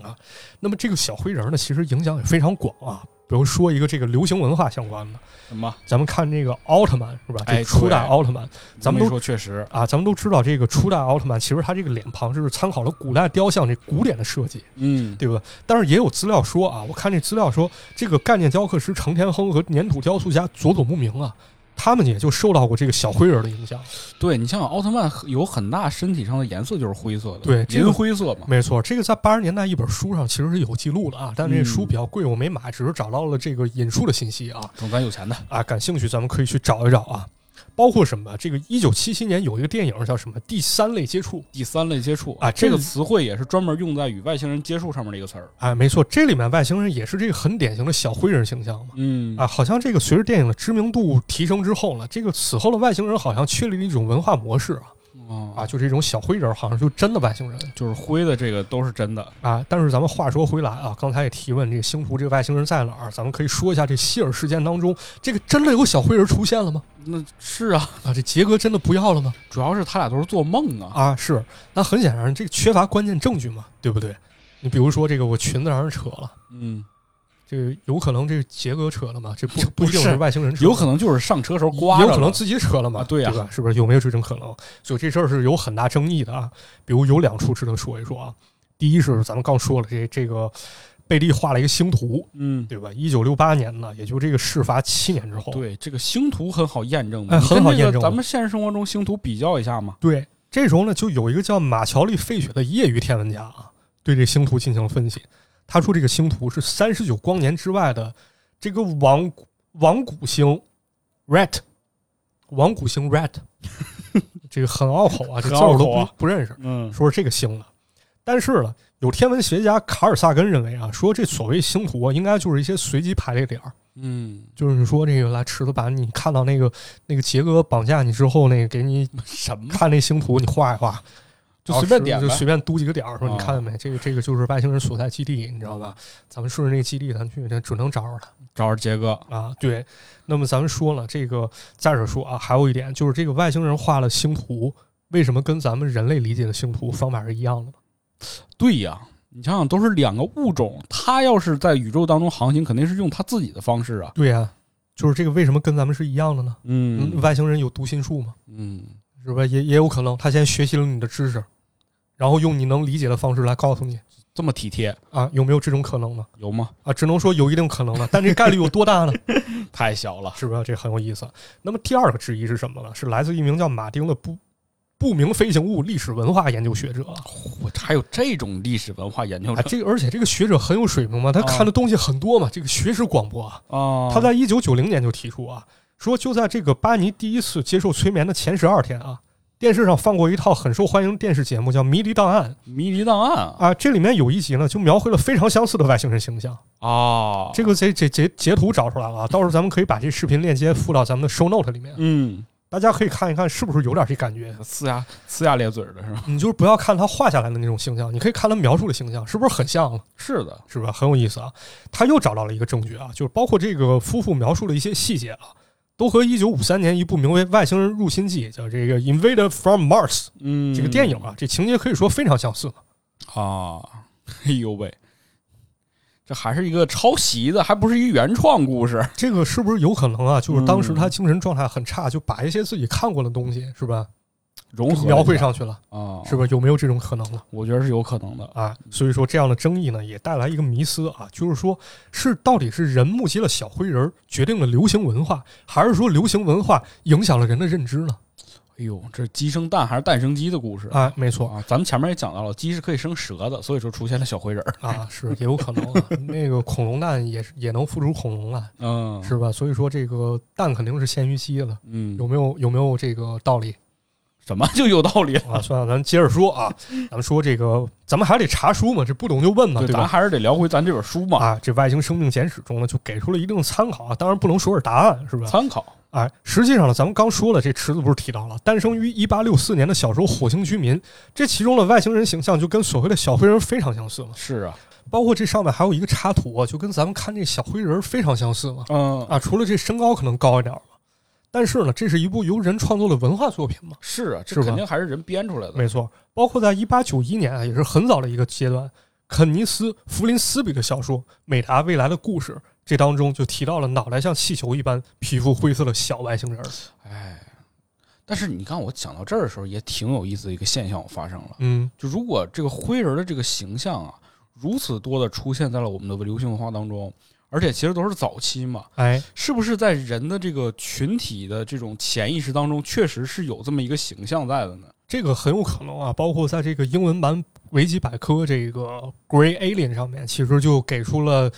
S1: 嗯
S2: 啊。那么这个小灰人呢，其实影响也非常广啊。比如说一个这个流行文化相关的，
S1: 什么？
S2: 咱们看这个奥特曼是吧？这
S1: 哎
S2: 初代
S1: 对
S2: 奥特曼、咱们
S1: 这么
S2: 都
S1: 一说确实，
S2: 啊，咱们都知道这个初代奥特曼，其实他这个脸庞是参考了古代雕像这古典的设计，
S1: 嗯，
S2: 对吧？但是也有资料说啊，我看这资料说，这个概念雕刻师程天亨和粘土雕塑家佐佐木明啊，他们也就受到过这个小灰人的影响。
S1: 对你像奥特曼有很大身体上的颜色就是灰色的，
S2: 对这个
S1: 银灰色嘛。
S2: 没错，这个在八十年代一本书上其实是有记录的啊，但这
S1: 嗯
S2: 书比较贵，我没买，只是找到了这个引述的信息啊
S1: 等咱有钱的，
S2: 啊，感兴趣咱们可以去找一找啊。包括什么？这个一九七七年有一个电影叫什么《第三类接触》
S1: 第三类接触
S2: 啊
S1: 这
S2: 这
S1: 个
S2: 个
S1: 词汇也是专门用在与外星人接触上面的一个词儿。
S2: 啊，没错，这里面外星人也是这个很典型的小灰人形象嘛
S1: 嗯，
S2: 啊，好像这个随着电影的知名度提升之后呢，这个此后的外星人好像确立了一种文化模式啊，
S1: 嗯
S2: 啊，就是一种小灰人，好像就真的外星人
S1: 就是灰的这个都是真的，
S2: 啊。但是咱们话说回来啊，刚才也提问这个星图这个外星人在哪儿，咱们可以说一下这希尔事件当中，这个真的有小灰人出现了吗？
S1: 那是啊，
S2: 啊，这杰哥真的不要了吗？
S1: 主要是他俩都是做梦啊，
S2: 啊，是，那很显然这个缺乏关键证据嘛，对不对？你比如说这个我裙子让人扯了，
S1: 嗯，
S2: 这个有可能这个杰哥扯了嘛？这不
S1: 不
S2: 不一定
S1: 是
S2: 是外星人扯的，
S1: 有可能就是上车时候刮
S2: 也
S1: 着
S2: 有可能
S1: 了，
S2: 自己扯了嘛？
S1: 啊对呀
S2: 吧？是不是有没有这种可能？所以这事儿是有很大争议的啊。比如有两处值得说一说啊。第一是咱们刚说了这这个贝利画了一个星图，
S1: 嗯，
S2: 对吧？一九六八年呢，也就这个事发七年之后，
S1: 对，这个星图很好验证的，
S2: 哎
S1: 你跟
S2: 很好
S1: 这个
S2: 验证
S1: 咱们现实生活中星图比较一下嘛，
S2: 对，这时候呢，就有一个叫马乔利·费雪的业余天文家啊，对这星图进行了分析。他说，这个星图是三十九光年之外的这个王王谷星 Red，王谷 星 Red，这个很拗口啊，
S1: 很
S2: 这字儿
S1: 拗
S2: 我都
S1: 口
S2: 不、
S1: 啊
S2: 不认识。
S1: 嗯
S2: 说是这个星的，但是呢，有天文学家卡尔萨根认为啊，说这所谓星图啊，应该就是一些随机排列点儿。
S1: 嗯，
S2: 就是说这个来池子把你看到那个那个杰哥绑架你之后，那个给你
S1: 什么
S2: 看那星图，你画一画，
S1: 就随便点
S2: 就
S1: 呗
S2: 随便嘟几个点儿，说你
S1: 啊嗯
S2: 看见没？这个这个就是外星人所在基地，你知道吧？咱们顺着那个基地，咱们去，这准能找着他
S1: 找着杰哥，
S2: 啊！对。那么咱们说了这个，再者说啊，还有一点就是这个外星人画了星图，为什么跟咱们人类理解的星图方法是一样的呢？
S1: 嗯对呀、你想想，都是两个物种，他要是在宇宙当中航行，肯定是用他自己的方式啊。
S2: 对呀、就是这个为什么跟咱们是一样的呢？
S1: 嗯
S2: 外星人有读心术吗？
S1: 嗯，
S2: 是吧？也也有可能他先学习了你的知识，然后用你能理解的方式来告诉你
S1: 这么体贴
S2: 啊，有没有这种可能呢？
S1: 有吗？
S2: 啊，只能说有一定可能了，但这概率有多大呢？
S1: 太小了。
S2: 是不是？这很有意思。那么第二个质疑是什么呢？是来自一名叫马丁的不不明飞行物历史文化研究学者。
S1: 我还有这种历史文化研究
S2: 啊，这个而且这个学者很有水平嘛，他看的东西很多嘛，这个学识广博啊。
S1: 啊
S2: 他在一九九零年就提出啊，说就在这个巴尼第一次接受催眠的前十二天啊，电视上放过一套很受欢迎的电视节目，叫《迷离档案》
S1: 迷离档案
S2: 啊，这里面有一集呢，就描绘了非常相似的外星人形象。
S1: 啊，
S2: 这个这这截截图找出来了啊，到时候咱们可以把这视频链接附到咱们的 show note 里面，
S1: 嗯，
S2: 大家可以看一看是不是有点这感觉。
S1: 呲牙呲牙咧嘴的是吧？
S2: 你就是不要看他画下来的那种形象，你可以看他描述的形象，是不是很像了？啊
S1: 是的，
S2: 是吧？很有意思啊。他又找到了一个证据啊，就是包括这个夫妇描述的一些细节啊，都和一九五三年一部名为《外星人入侵记》叫这个《Invaded from Mars》
S1: 嗯，
S2: 这个电影啊，这情节可以说非常相似。
S1: 啊，哎呦喂，这还是一个抄袭的，还不是一原创故事。
S2: 这个是不是有可能啊？就是当时
S1: 嗯
S2: 他精神状态很差，就把一些自己看过的东西是吧，
S1: 融合
S2: 描绘
S1: 一下
S2: 上去了，
S1: 啊，
S2: 是？吧？有没有这种可能呢？
S1: 我觉得是有可能的。
S2: 啊，所以说这样的争议呢，也带来一个迷思啊，就是说是到底是人目击了小灰人儿决定了流行文化，还是说流行文化影响了人的认知呢？
S1: 哎呦，这是鸡生蛋还是蛋生鸡的故事
S2: 啊，没错
S1: 啊，咱们前面也讲到了，鸡是可以生蛇的，所以说出现了小灰人儿。
S2: 啊，是也有可能、啊，那个恐龙蛋也是也能孵出恐龙来，
S1: 嗯，
S2: 是吧？所以说这个蛋肯定是先于鸡的，
S1: 嗯，
S2: 有没有有没有这个道理？
S1: 什么就有道理
S2: 啊，算了，咱接着说啊，咱们说这个，咱们还得查书嘛，这不懂就问嘛，
S1: 对，
S2: 对
S1: 咱
S2: 吧？
S1: 还是得聊回咱这本书嘛，
S2: 啊，这《外星生命简史》中呢，就给出了一定的参考啊，当然不能说是答案，是吧？
S1: 参考。
S2: 哎，实际上呢，咱们刚说了，这池子不是提到了，诞生于一八六四年的小时候火星居民，这其中的外星人形象就跟所谓的小灰人非常相似嘛，
S1: 是啊，
S2: 包括这上面还有一个插图啊，就跟咱们看这小灰人非常相似嘛。
S1: 嗯，
S2: 啊，除了这身高可能高一点儿嘛，但是呢，这是一部由人创作的文化作品嘛。
S1: 是啊，这
S2: 是吧
S1: 肯定还是人编出来的。
S2: 没错，包括在一八九一年啊，也是很早的一个阶段，肯尼斯·弗林斯比的小说《美达未来的故事》这当中就提到了脑袋像气球一般、皮肤灰色的小外星人。
S1: 哎，但是你看我讲到这儿的时候，也挺有意思的一个现象发生了。
S2: 嗯，
S1: 就如果这个灰人的这个形象啊，如此多的出现在了我们的流行文化当中，而且其实都是早期嘛，
S2: 哎，
S1: 是不是在人的这个群体的这种潜意识当中，确实是有这么一个形象在的呢？
S2: 这个很有可能啊，包括在这个英文版维基百科这个 Grey Alien 上面，其实就给出了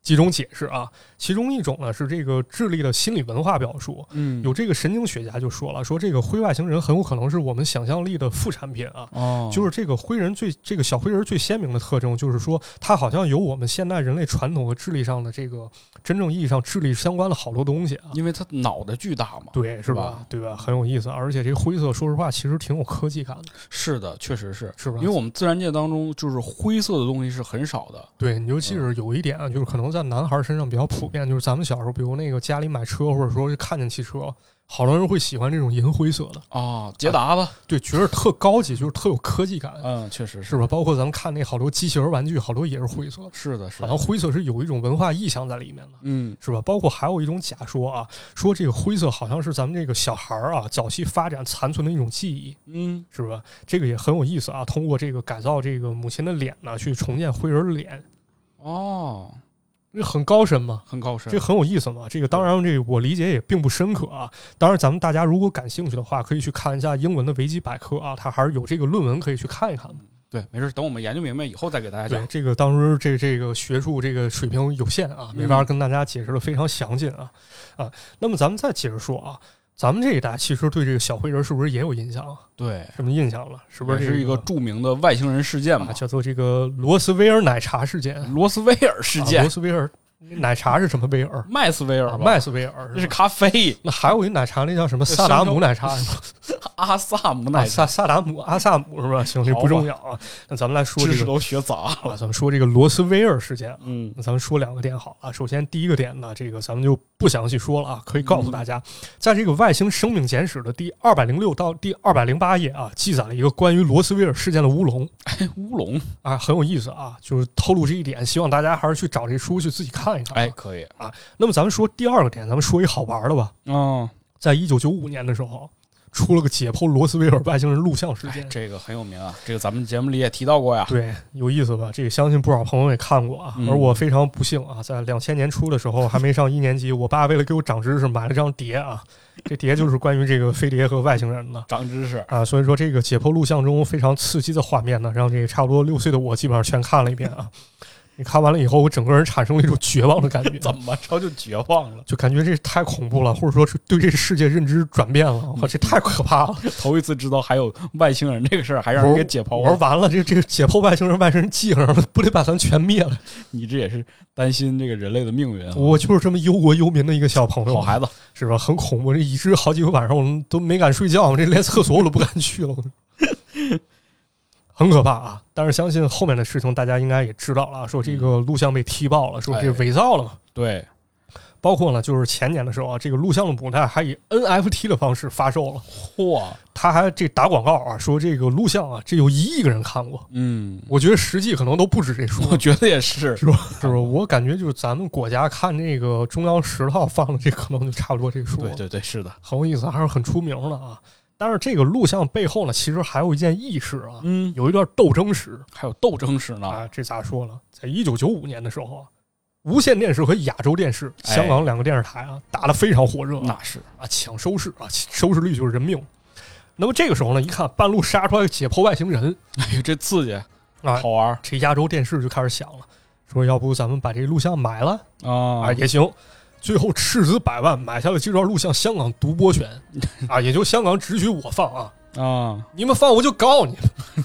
S2: 几种解释啊，其中一种呢是这个智利的心理文化表述，
S1: 嗯
S2: 有这个神经学家就说了，说这个灰外星人很有可能是我们想象力的副产品啊。
S1: 哦，
S2: 就是这个灰人最这个小灰人最鲜明的特征，就是说他好像有我们现代人类传统和智力上的这个真正意义上智力相关的好多东西啊。
S1: 因为他脑袋巨大嘛。
S2: 对，是吧
S1: 吧？
S2: 对吧？很有意思，而且这个灰色，说实话，其实挺有科技感的，
S1: 是的，确实是，
S2: 是吧？
S1: 因为我们自然界当中就是灰色的东西是很少的。
S2: 对，你尤其是有一点啊，就是可能在男孩身上比较普遍，就是咱们小时候，比如那个家里买车，或者说是看见汽车，好多人会喜欢这种银灰色的，
S1: 哦，捷达吧，
S2: 对，觉得特高级，就是特有科技感，
S1: 嗯，确实是，
S2: 是吧？包括咱们看那好多机器人玩具，好多也是灰色的，
S1: 是的，是
S2: 好
S1: 的
S2: 像，灰色是有一种文化意象在里面的。
S1: 嗯，
S2: 是吧？包括还有一种假说啊，说这个灰色好像是咱们这个小孩儿啊早期发展残存的一种记忆，
S1: 嗯，
S2: 是吧？这个也很有意思啊。通过这个改造这个母亲的脸呢，去重建灰人脸，
S1: 哦，
S2: 这很高深嘛，
S1: 很高深
S2: 这，很有意思嘛。这个当然，这个我理解也并不深刻啊。当然，咱们大家如果感兴趣的话，可以去看一下英文的维基百科啊，它还是有这个论文可以去看一看的。
S1: 对，没事，等我们研究明白以后再给大家
S2: 对，
S1: 讲。
S2: 这个当时这这个学术这个水平有限啊，
S1: 嗯
S2: 没法跟大家解释的非常详尽啊啊。那么咱们再接着说啊，咱们这一代其实对这个小灰人是不是也有印象啊？
S1: 对，
S2: 什么印象了？是不
S1: 也
S2: 是、这
S1: 是一个著名的外星人事件
S2: 啊
S1: 嘛？
S2: 叫做这个罗斯威尔奶茶事件？
S1: 罗斯威尔嗯事
S2: 啊、
S1: 件
S2: 罗，斯威尔奶茶是什么威尔？
S1: 麦斯威尔
S2: 啊
S1: 吧，
S2: 麦斯威尔
S1: 这
S2: 是
S1: 是
S2: 吧
S1: 咖啡，
S2: 那还有一奶茶，那叫什么萨达姆 奶茶？
S1: 阿萨姆
S2: 啊
S1: 奶茶，
S2: 萨萨达姆阿萨姆是吧？行，这
S1: 好吧
S2: 不重要啊。那咱们来说
S1: 知
S2: 这
S1: 识
S2: 个，
S1: 都学杂
S2: 啊
S1: 了。
S2: 咱们说这个罗斯威尔事件啊。
S1: 嗯
S2: 那咱们说两个点好了。啊首先，第一个点呢，这个咱们就不详细说了啊，可以告诉大家，在这个《外星生命简史》的第二百零六到第二百零八页啊，记载了一个关于罗斯威尔事件的乌龙
S1: 哎乌龙，
S2: 啊，很有意思啊，就是透露这一点，希望大家还是去找这书去自己看一看。啊
S1: 哎，，可以，
S2: 那么咱们说第二个点，咱们说一好玩的吧，
S1: 嗯，
S2: 在一九九五年的时候。出了个解剖罗斯威尔外星人录像事
S1: 哎
S2: 件，，
S1: 这个很有名啊，这个咱们节目里也提到过呀。
S2: 对，有意思吧？这个相信不少朋友也看过啊，
S1: 嗯
S2: 而我非常不幸啊，在两千年初的时候还没上一年级，我爸为了给我长知识买了张碟啊，这碟就是关于这个飞碟和外星人的。
S1: 长知识，
S2: 啊，所以说这个解剖录像中非常刺激的画面呢，让这个差不多六岁的我基本上全看了一遍啊。你看完了以后，我整个人产生了一种绝望的感觉，
S1: 怎么着就绝望了？
S2: 就感觉这太恐怖了，或者说是对这个世界认知转变了，我这太可怕了。
S1: 头一次知道还有外星人这个事儿，还让人给解
S2: 我
S1: 剖
S2: 说
S1: 了。
S2: 完了，这这个解剖外星人外星人记上了，不得把咱全灭了。
S1: 你这也是担心这个人类的命运啊。
S2: 我就是这么忧国忧民的一个小朋友，
S1: 好孩子，
S2: 是吧？很恐怖，这以至于好几个晚上我们都没敢睡觉，这连厕所我都不敢去了， 很可怕啊！但是相信后面的事情大家应该也知道了啊，说这个录像被踢爆了，
S1: 哎
S2: 说这伪造了嘛。
S1: 对，
S2: 包括呢，就是前年的时候啊，这个录像的母带还以 NFT 的方式发售了，
S1: 嚯，
S2: 他还这打广告啊，说这个录像啊，这有一亿个人看过。
S1: 嗯，
S2: 我觉得实际可能都不止这数，
S1: 我觉得也是，
S2: 是吧？是吧？我感觉就是咱们国家看这个中央十套放的，这可能就差不多这个数了。
S1: 对对对，是的，
S2: 很有意思，还是很出名的啊。但是这个录像背后呢，其实还有一件轶事啊，
S1: 嗯，
S2: 有一段斗争史
S1: 还有斗争史呢，
S2: 啊。这咋说呢？在一九九五年的时候啊，无线电视和亚洲电视、
S1: 哎
S2: 香港两个电视台啊，打得非常火热啊，
S1: 那是，
S2: 啊抢收视啊，收视率就是人命。那么这个时候呢，一看半路杀出来个解剖外星人
S1: 哎 呦，这刺激，
S2: 啊，
S1: 好玩
S2: 这亚洲电视就开始想了，说要不咱们把这录像买了
S1: 啊
S2: 啊，也行。最后斥资百万买下了这段录像香港独 播权啊，也就香港只许我放啊，
S1: 啊，
S2: 你们放我就告你们。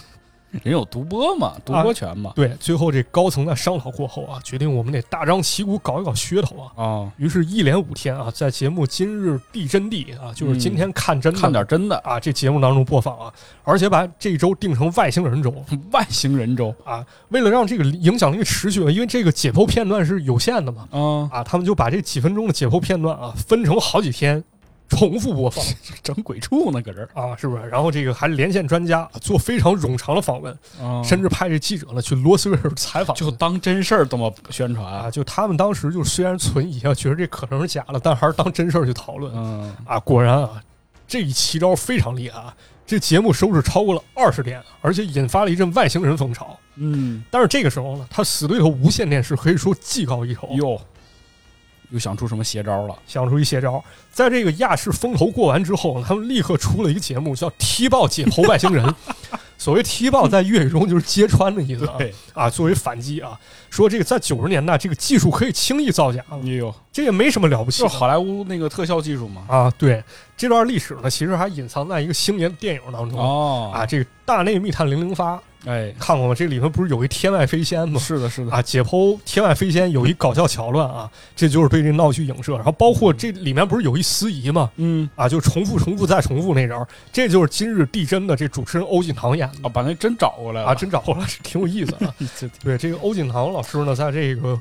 S1: 人有独播嘛，独播权嘛，
S2: 对，最后这高层在商讨过后啊，决定我们得大张旗鼓搞一搞噱头啊。
S1: 啊，
S2: 于是，一连五天啊，在节目《今日地真谛》啊，就是今天看真的、
S1: 看点真的，
S2: 啊，这节目当中播放啊，而且把这周定成外星人周
S1: 外星人周，
S2: 啊。为了让这个影响力持续，因为这个解剖片段是有限的嘛
S1: 啊，
S2: 啊，他们就把这几分钟的解剖片段啊，分成好几天重复播放
S1: 整鬼畜呢，搁这儿，
S2: 啊，是不是？然后这个还连线专家、啊做非常冗长的访问，
S1: 啊
S2: 甚至派这记者呢去罗斯威尔采访，
S1: 就当真事儿这么宣传，
S2: 啊，就他们当时就虽然存疑啊，觉得这可能是假的，但还是当真事儿去讨论
S1: 嗯，
S2: 啊。果然啊，这一奇招非常厉害啊，这节目收视超过了二十点，而且引发了一阵外星人风潮。
S1: 嗯，
S2: 但是这个时候呢，他死对头无线电视可以说技高一筹，
S1: 哟，又想出什么邪招了？
S2: 想出一邪招。在 这个亚视风头过完之后，他们立刻出了一个节目，叫《踢爆解剖外星人》。所谓踢爆在粤语中就是揭穿的意思啊
S1: 对，
S2: 啊，作为反击啊，说这个在九十年代这个技术可以轻易造假了，
S1: 也有，
S2: 这也没什么了不起
S1: 就
S2: 的
S1: 是好莱坞那个特效技术嘛。
S2: 啊。对，这段历史呢，其实还隐藏在一个星爷的电影当中、
S1: 哦，
S2: 啊，这个《大内密探零零发》
S1: 哎，
S2: 看过吗？这里头不是有一天外飞仙吗？
S1: 是的，是的，
S2: 啊，解剖天外飞仙有一搞笑桥段啊，这就是对这闹剧影射。然后包括这里面不是有一司仪吗？
S1: 嗯，
S2: 啊，就重复、重复再重复那招，这就是今日地真的这主持人欧锦棠演
S1: 哦，把那真找过来
S2: 的
S1: 了
S2: 啊，真找过来是挺有意思啊。
S1: 这
S2: 对这个欧锦棠老师呢，在这个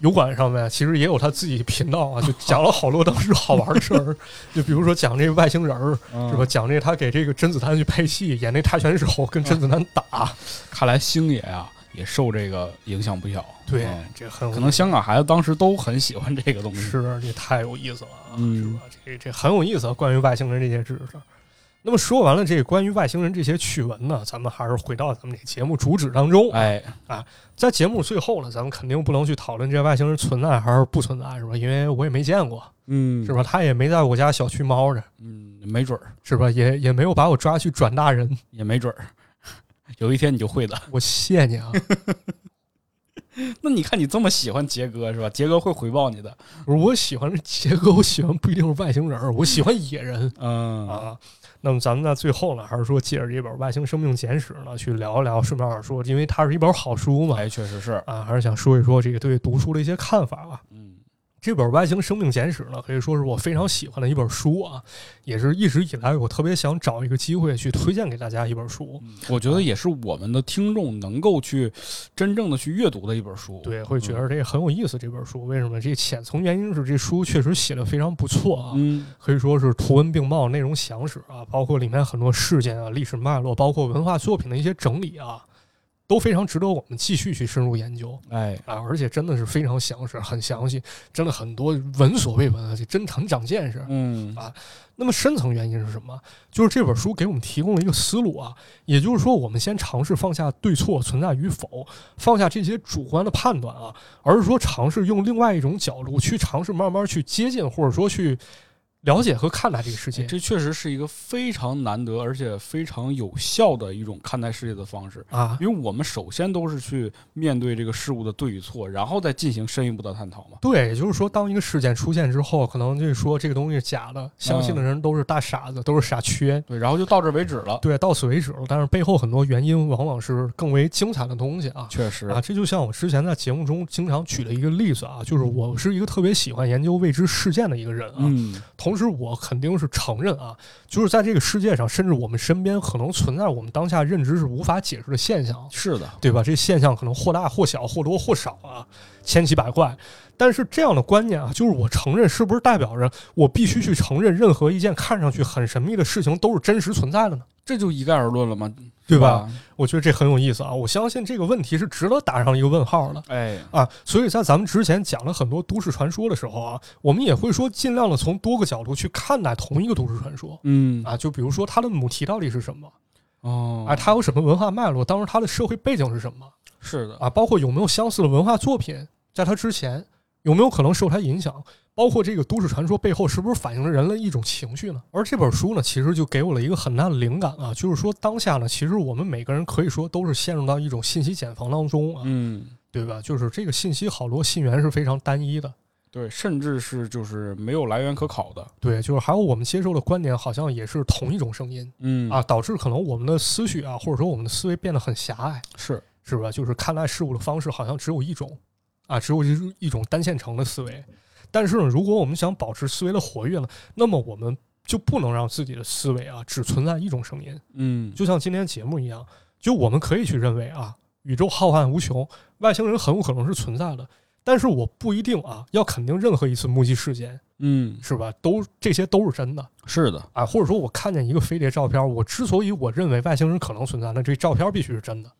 S2: 油管上面，其实也有他自己频道 啊，就讲了好多当时好玩的事儿，就比如说讲这个外星人儿
S1: 嗯
S2: 是吧？讲这他给这个甄子丹去配戏，演那泰拳手跟甄子丹打，
S1: 看来星爷啊也受这个影响不小。
S2: 对
S1: 嗯，
S2: 这很有
S1: 可能香港孩子当时都很喜欢这个东西。
S2: 是，这太有意思了啊，
S1: 嗯
S2: 是吧？这这很有意思啊，关于外星人这些知识。那么说完了这个关于外星人这些趣闻呢，咱们还是回到咱们这节目主旨当中。
S1: 哎，
S2: 在节目最后呢，咱们肯定不能去讨论这外星人存在还是不存在，是吧？因为我也没见过，
S1: 嗯
S2: 是？吧？他也没在我家小区猫着，
S1: 嗯，没准儿，
S2: 是吧？也也没有把我抓去转大人，
S1: 也没准儿， 有一天你就会的。
S2: 我谢你啊！
S1: 那你看你这么喜欢杰哥是吧？杰哥会回报你的。
S2: 我说我喜欢是杰哥，我喜欢不一定是外星人，我喜欢野人。
S1: 嗯，
S2: 啊。那么咱们在最后呢，还是说借着这本《外星生命简史》呢，去聊一聊，顺便说，因为它是一本好书嘛，
S1: 哎，确实是，
S2: 啊，还是想说一说这个对读书的一些看法啊。
S1: 嗯
S2: 这本《外星生命简史》呢，可以说是我非常喜欢的一本书啊，也是一直以来我特别想找一个机会去推荐给大家一本书。
S1: 嗯，我觉得也是我们的听众能够去真正的去阅读的一本书。啊
S2: 对，会觉得这个很有意思。这本书为什么？这浅层原因是这书确实写的非常不错啊。
S1: 嗯，
S2: 可以说是图文并茂，内容详实啊，包括里面很多事件啊、历史脉络，包括文化作品的一些整理啊，都非常值得我们继续去深入研究
S1: 嗯，哎，
S2: 啊！而且真的是非常详实、很详细，真的很多闻所未闻啊，这真很长见识。
S1: 嗯
S2: 啊那么深层原因是什么？就是这本书给我们提供了一个思路啊，也就是说，我们先尝试放下对错、存在与否，放下这些主观的判断啊，而是说尝试用另外一种角度去尝试慢慢去接近，或者说去了解和看待这个世界。
S1: 哎这确实是一个非常难得而且非常有效的一种看待世界的方式，
S2: 啊，
S1: 因为我们首先都是去面对这个事物的对与错，然后再进行深一步的探讨嘛。
S2: 对，也就是说，当一个事件出现之后，可能就是说这个东西是假的，相信的人都是大傻子，都是傻缺。
S1: 对，然后就到这为止了。
S2: 对，到此为止了。但是背后很多原因往往是更为精彩的东西啊。
S1: 确实
S2: 啊，，这就像我之前在节目中经常举的一个例子啊，就是我是一个特别喜欢研究未知事件的一个人啊。
S1: 嗯，
S2: 同时，我肯定是承认啊，就是在这个世界上，甚至我们身边可能存在我们当下认知是无法解释的现象，
S1: 是的，
S2: 对吧？这现象可能或大或小，或多或少啊，千奇百怪。但是这样的观念啊，就是我承认，是不是代表着我必须去承认任何一件看上去很神秘的事情都是真实存在的呢？
S1: 这就一概而论了嘛，
S2: 对
S1: 是
S2: 吧？？我觉得这很有意思啊！我相信这个问题是值得打上一个问号的。
S1: 哎，
S2: 啊，所以在咱们之前讲了很多都市传说的时候啊，我们也会说尽量的从多个角度去看待同一个都市传说
S1: 嗯，
S2: 啊，就比如说它的母题到底是什么
S1: 哦，
S2: 啊，它有什么文化脉络，当时它的社会背景是什么
S1: 是的，
S2: 啊，包括有没有相似的文化作品，在它之前有没有可能受它影响，包括这个都市传说背后是不是反映了人类一种情绪呢？而这本书呢，其实就给我了一个很大的灵感啊，就是说当下呢，其实我们每个人可以说都是陷入到一种信息茧房当中啊，
S1: 嗯，
S2: 对吧？就是这个信息好多信源是非常单一的。
S1: 对，甚至是就是没有来源可考的，
S2: 对，就是还有我们接受的观点好像也是同一种声音
S1: 嗯
S2: 啊，，导致可能我们的思绪啊，或者说我们的思维变得很狭隘，
S1: 是，
S2: 是吧？就是看待事物的方式好像只有一种啊，只有一一种单线程的思维。但是呢，如果我们想保持思维的活跃呢，那么我们就不能让自己的思维啊只存在一种声音。
S1: 嗯，
S2: 就像今天节目一样，就我们可以去认为啊，宇宙浩瀚无穷，外星人很有可能是存在的，但是我不一定啊要肯定任何一次目击事件，
S1: 嗯，
S2: 是吧？都这些都是真的。
S1: 是的，
S2: 啊，或者说我看见一个飞碟照片，我之所以我认为外星人可能存在，那这照片必须是真的。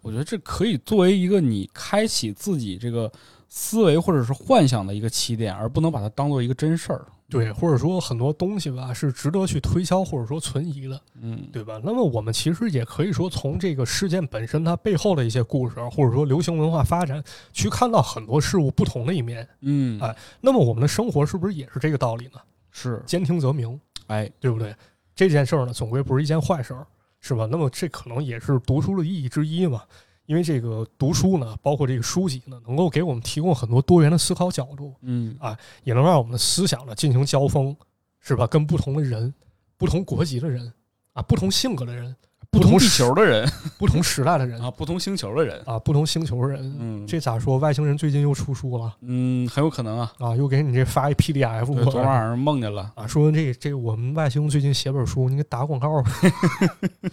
S1: 我觉得这可以作为一个你开启自己这个思维或者是幻想的一个起点，而不能把它当做一个真事儿。
S2: 对，或者说很多东西吧是值得去推敲或者说存疑的，
S1: 嗯，
S2: 对吧？那么我们其实也可以说从这个事件本身它背后的一些故事，或者说流行文化发展，去看到很多事物不同的一面。
S1: 嗯，
S2: 哎那么我们的生活是不是也是这个道理呢？
S1: 是，
S2: 兼听则明，
S1: 哎，
S2: 对不对？这件事儿呢，总归不是一件坏事儿。是吧？那么这可能也是读书的意义之一嘛。因为这个读书呢，包括这个书籍呢，能够给我们提供很多多元的思考角度，
S1: 嗯
S2: 也能让我们的思想呢进行交锋，是吧？跟不同的人、不同国籍的人啊、不同性格的人、
S1: 不同
S2: 同
S1: 地
S2: 时
S1: 球的人
S2: 不同时代的人
S1: 啊，不同星球的人，
S2: 啊、不同星球的人，
S1: 嗯，
S2: 这咋说？外星人最近又出书了
S1: 嗯很有可能啊。
S2: 啊，又给你这发一 PDF，
S1: 对，
S2: 我
S1: 昨晚上梦见了，
S2: 啊，说这这我们外星最近写本书，你给打广告吧，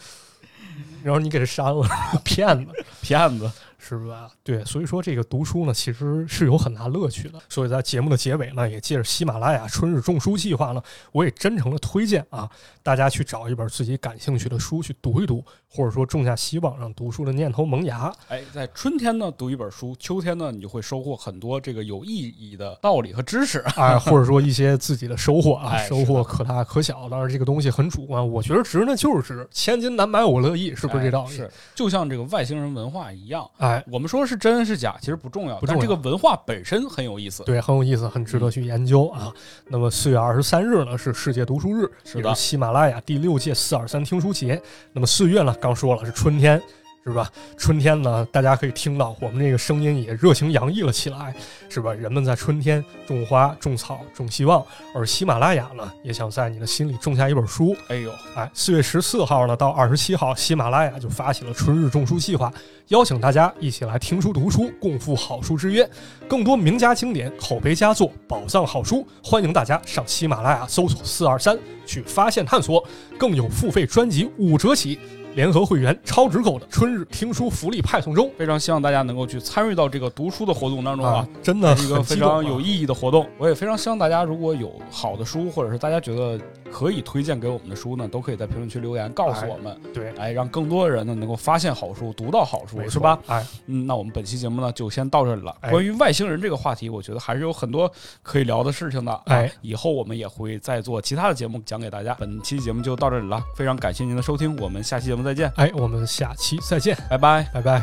S2: 然后你给他删了， 骗子
S1: 骗子，
S2: 是吧？对，所以说这个读书呢，其实是有很大乐趣的。所以在节目的结尾呢，也借着喜马拉雅春日种书计划呢，我也真诚的推荐啊，大家去找一本自己感兴趣的书去读一读，或者说种下希望，让读书的念头萌芽。
S1: 哎，在春天呢读一本书，秋天呢你就会收获很多这个有意义的道理和知识。
S2: 啊，或者说一些自己的收获啊，
S1: 哎是
S2: 收
S1: 的
S2: 获可大可小，当然这个东西很主观。我觉得值呢就是值，千金难买我乐意，是不是这道
S1: 哎
S2: 理？
S1: 是，就像这个外星人文化一样，
S2: 哎，
S1: 我们说是真是假，其实不重要，
S2: 不重
S1: 但
S2: 要
S1: 这个文化本身很有意思。嗯
S2: 对，很有意思，很值得去研究啊。那么四月二十三日呢是世界读书日，
S1: 是
S2: 也
S1: 的
S2: 喜马拉雅第六届四二三听书节。那么四月呢，刚说了是春天。是吧？春天呢，大家可以听到我们这个声音也热情洋溢了起来，是吧？人们在春天种花、种草、种希望，而喜马拉雅呢，也想在你的心里种下一本书，
S1: 哎呦，
S2: 哎，四月十四号呢到二十七号，喜马拉雅就发起了春日种书计划，邀请大家一起来听书读书，共赴好书之约。更多名家经典、口碑佳作、宝藏好书，欢迎大家上喜马拉雅搜索“四二三”去发现探索。更有付费专辑五折起，联合会员超值购的春日听书福利派送中。
S1: 非常希望大家能够去参与到这个读书的活动当中啊，，
S2: 真的
S1: 是一个
S2: 很
S1: 非
S2: 激动啊
S1: 常有意义的活动。我也非常希望大家如果有好的书，或者是大家觉得可以推荐给我们的书呢，都可以在评论区留言告诉我们，
S2: 对，
S1: 哎，让更多的人呢能够发现好书，读到好书，
S2: 没
S1: 是
S2: 错
S1: 吧？？
S2: 哎，
S1: 嗯，那我们本期节目呢就先到这里了。
S2: 哎
S1: 关于外星人这个话题，我觉得还是有很多可以聊的事情的。啊
S2: 哎，
S1: 以后我们也会再做其他的节目讲给大家。本期节目就到这里了，非常感谢您的收听，我们下期节目再见，
S2: 哎，我们下期再见，
S1: 拜拜。
S2: 拜拜。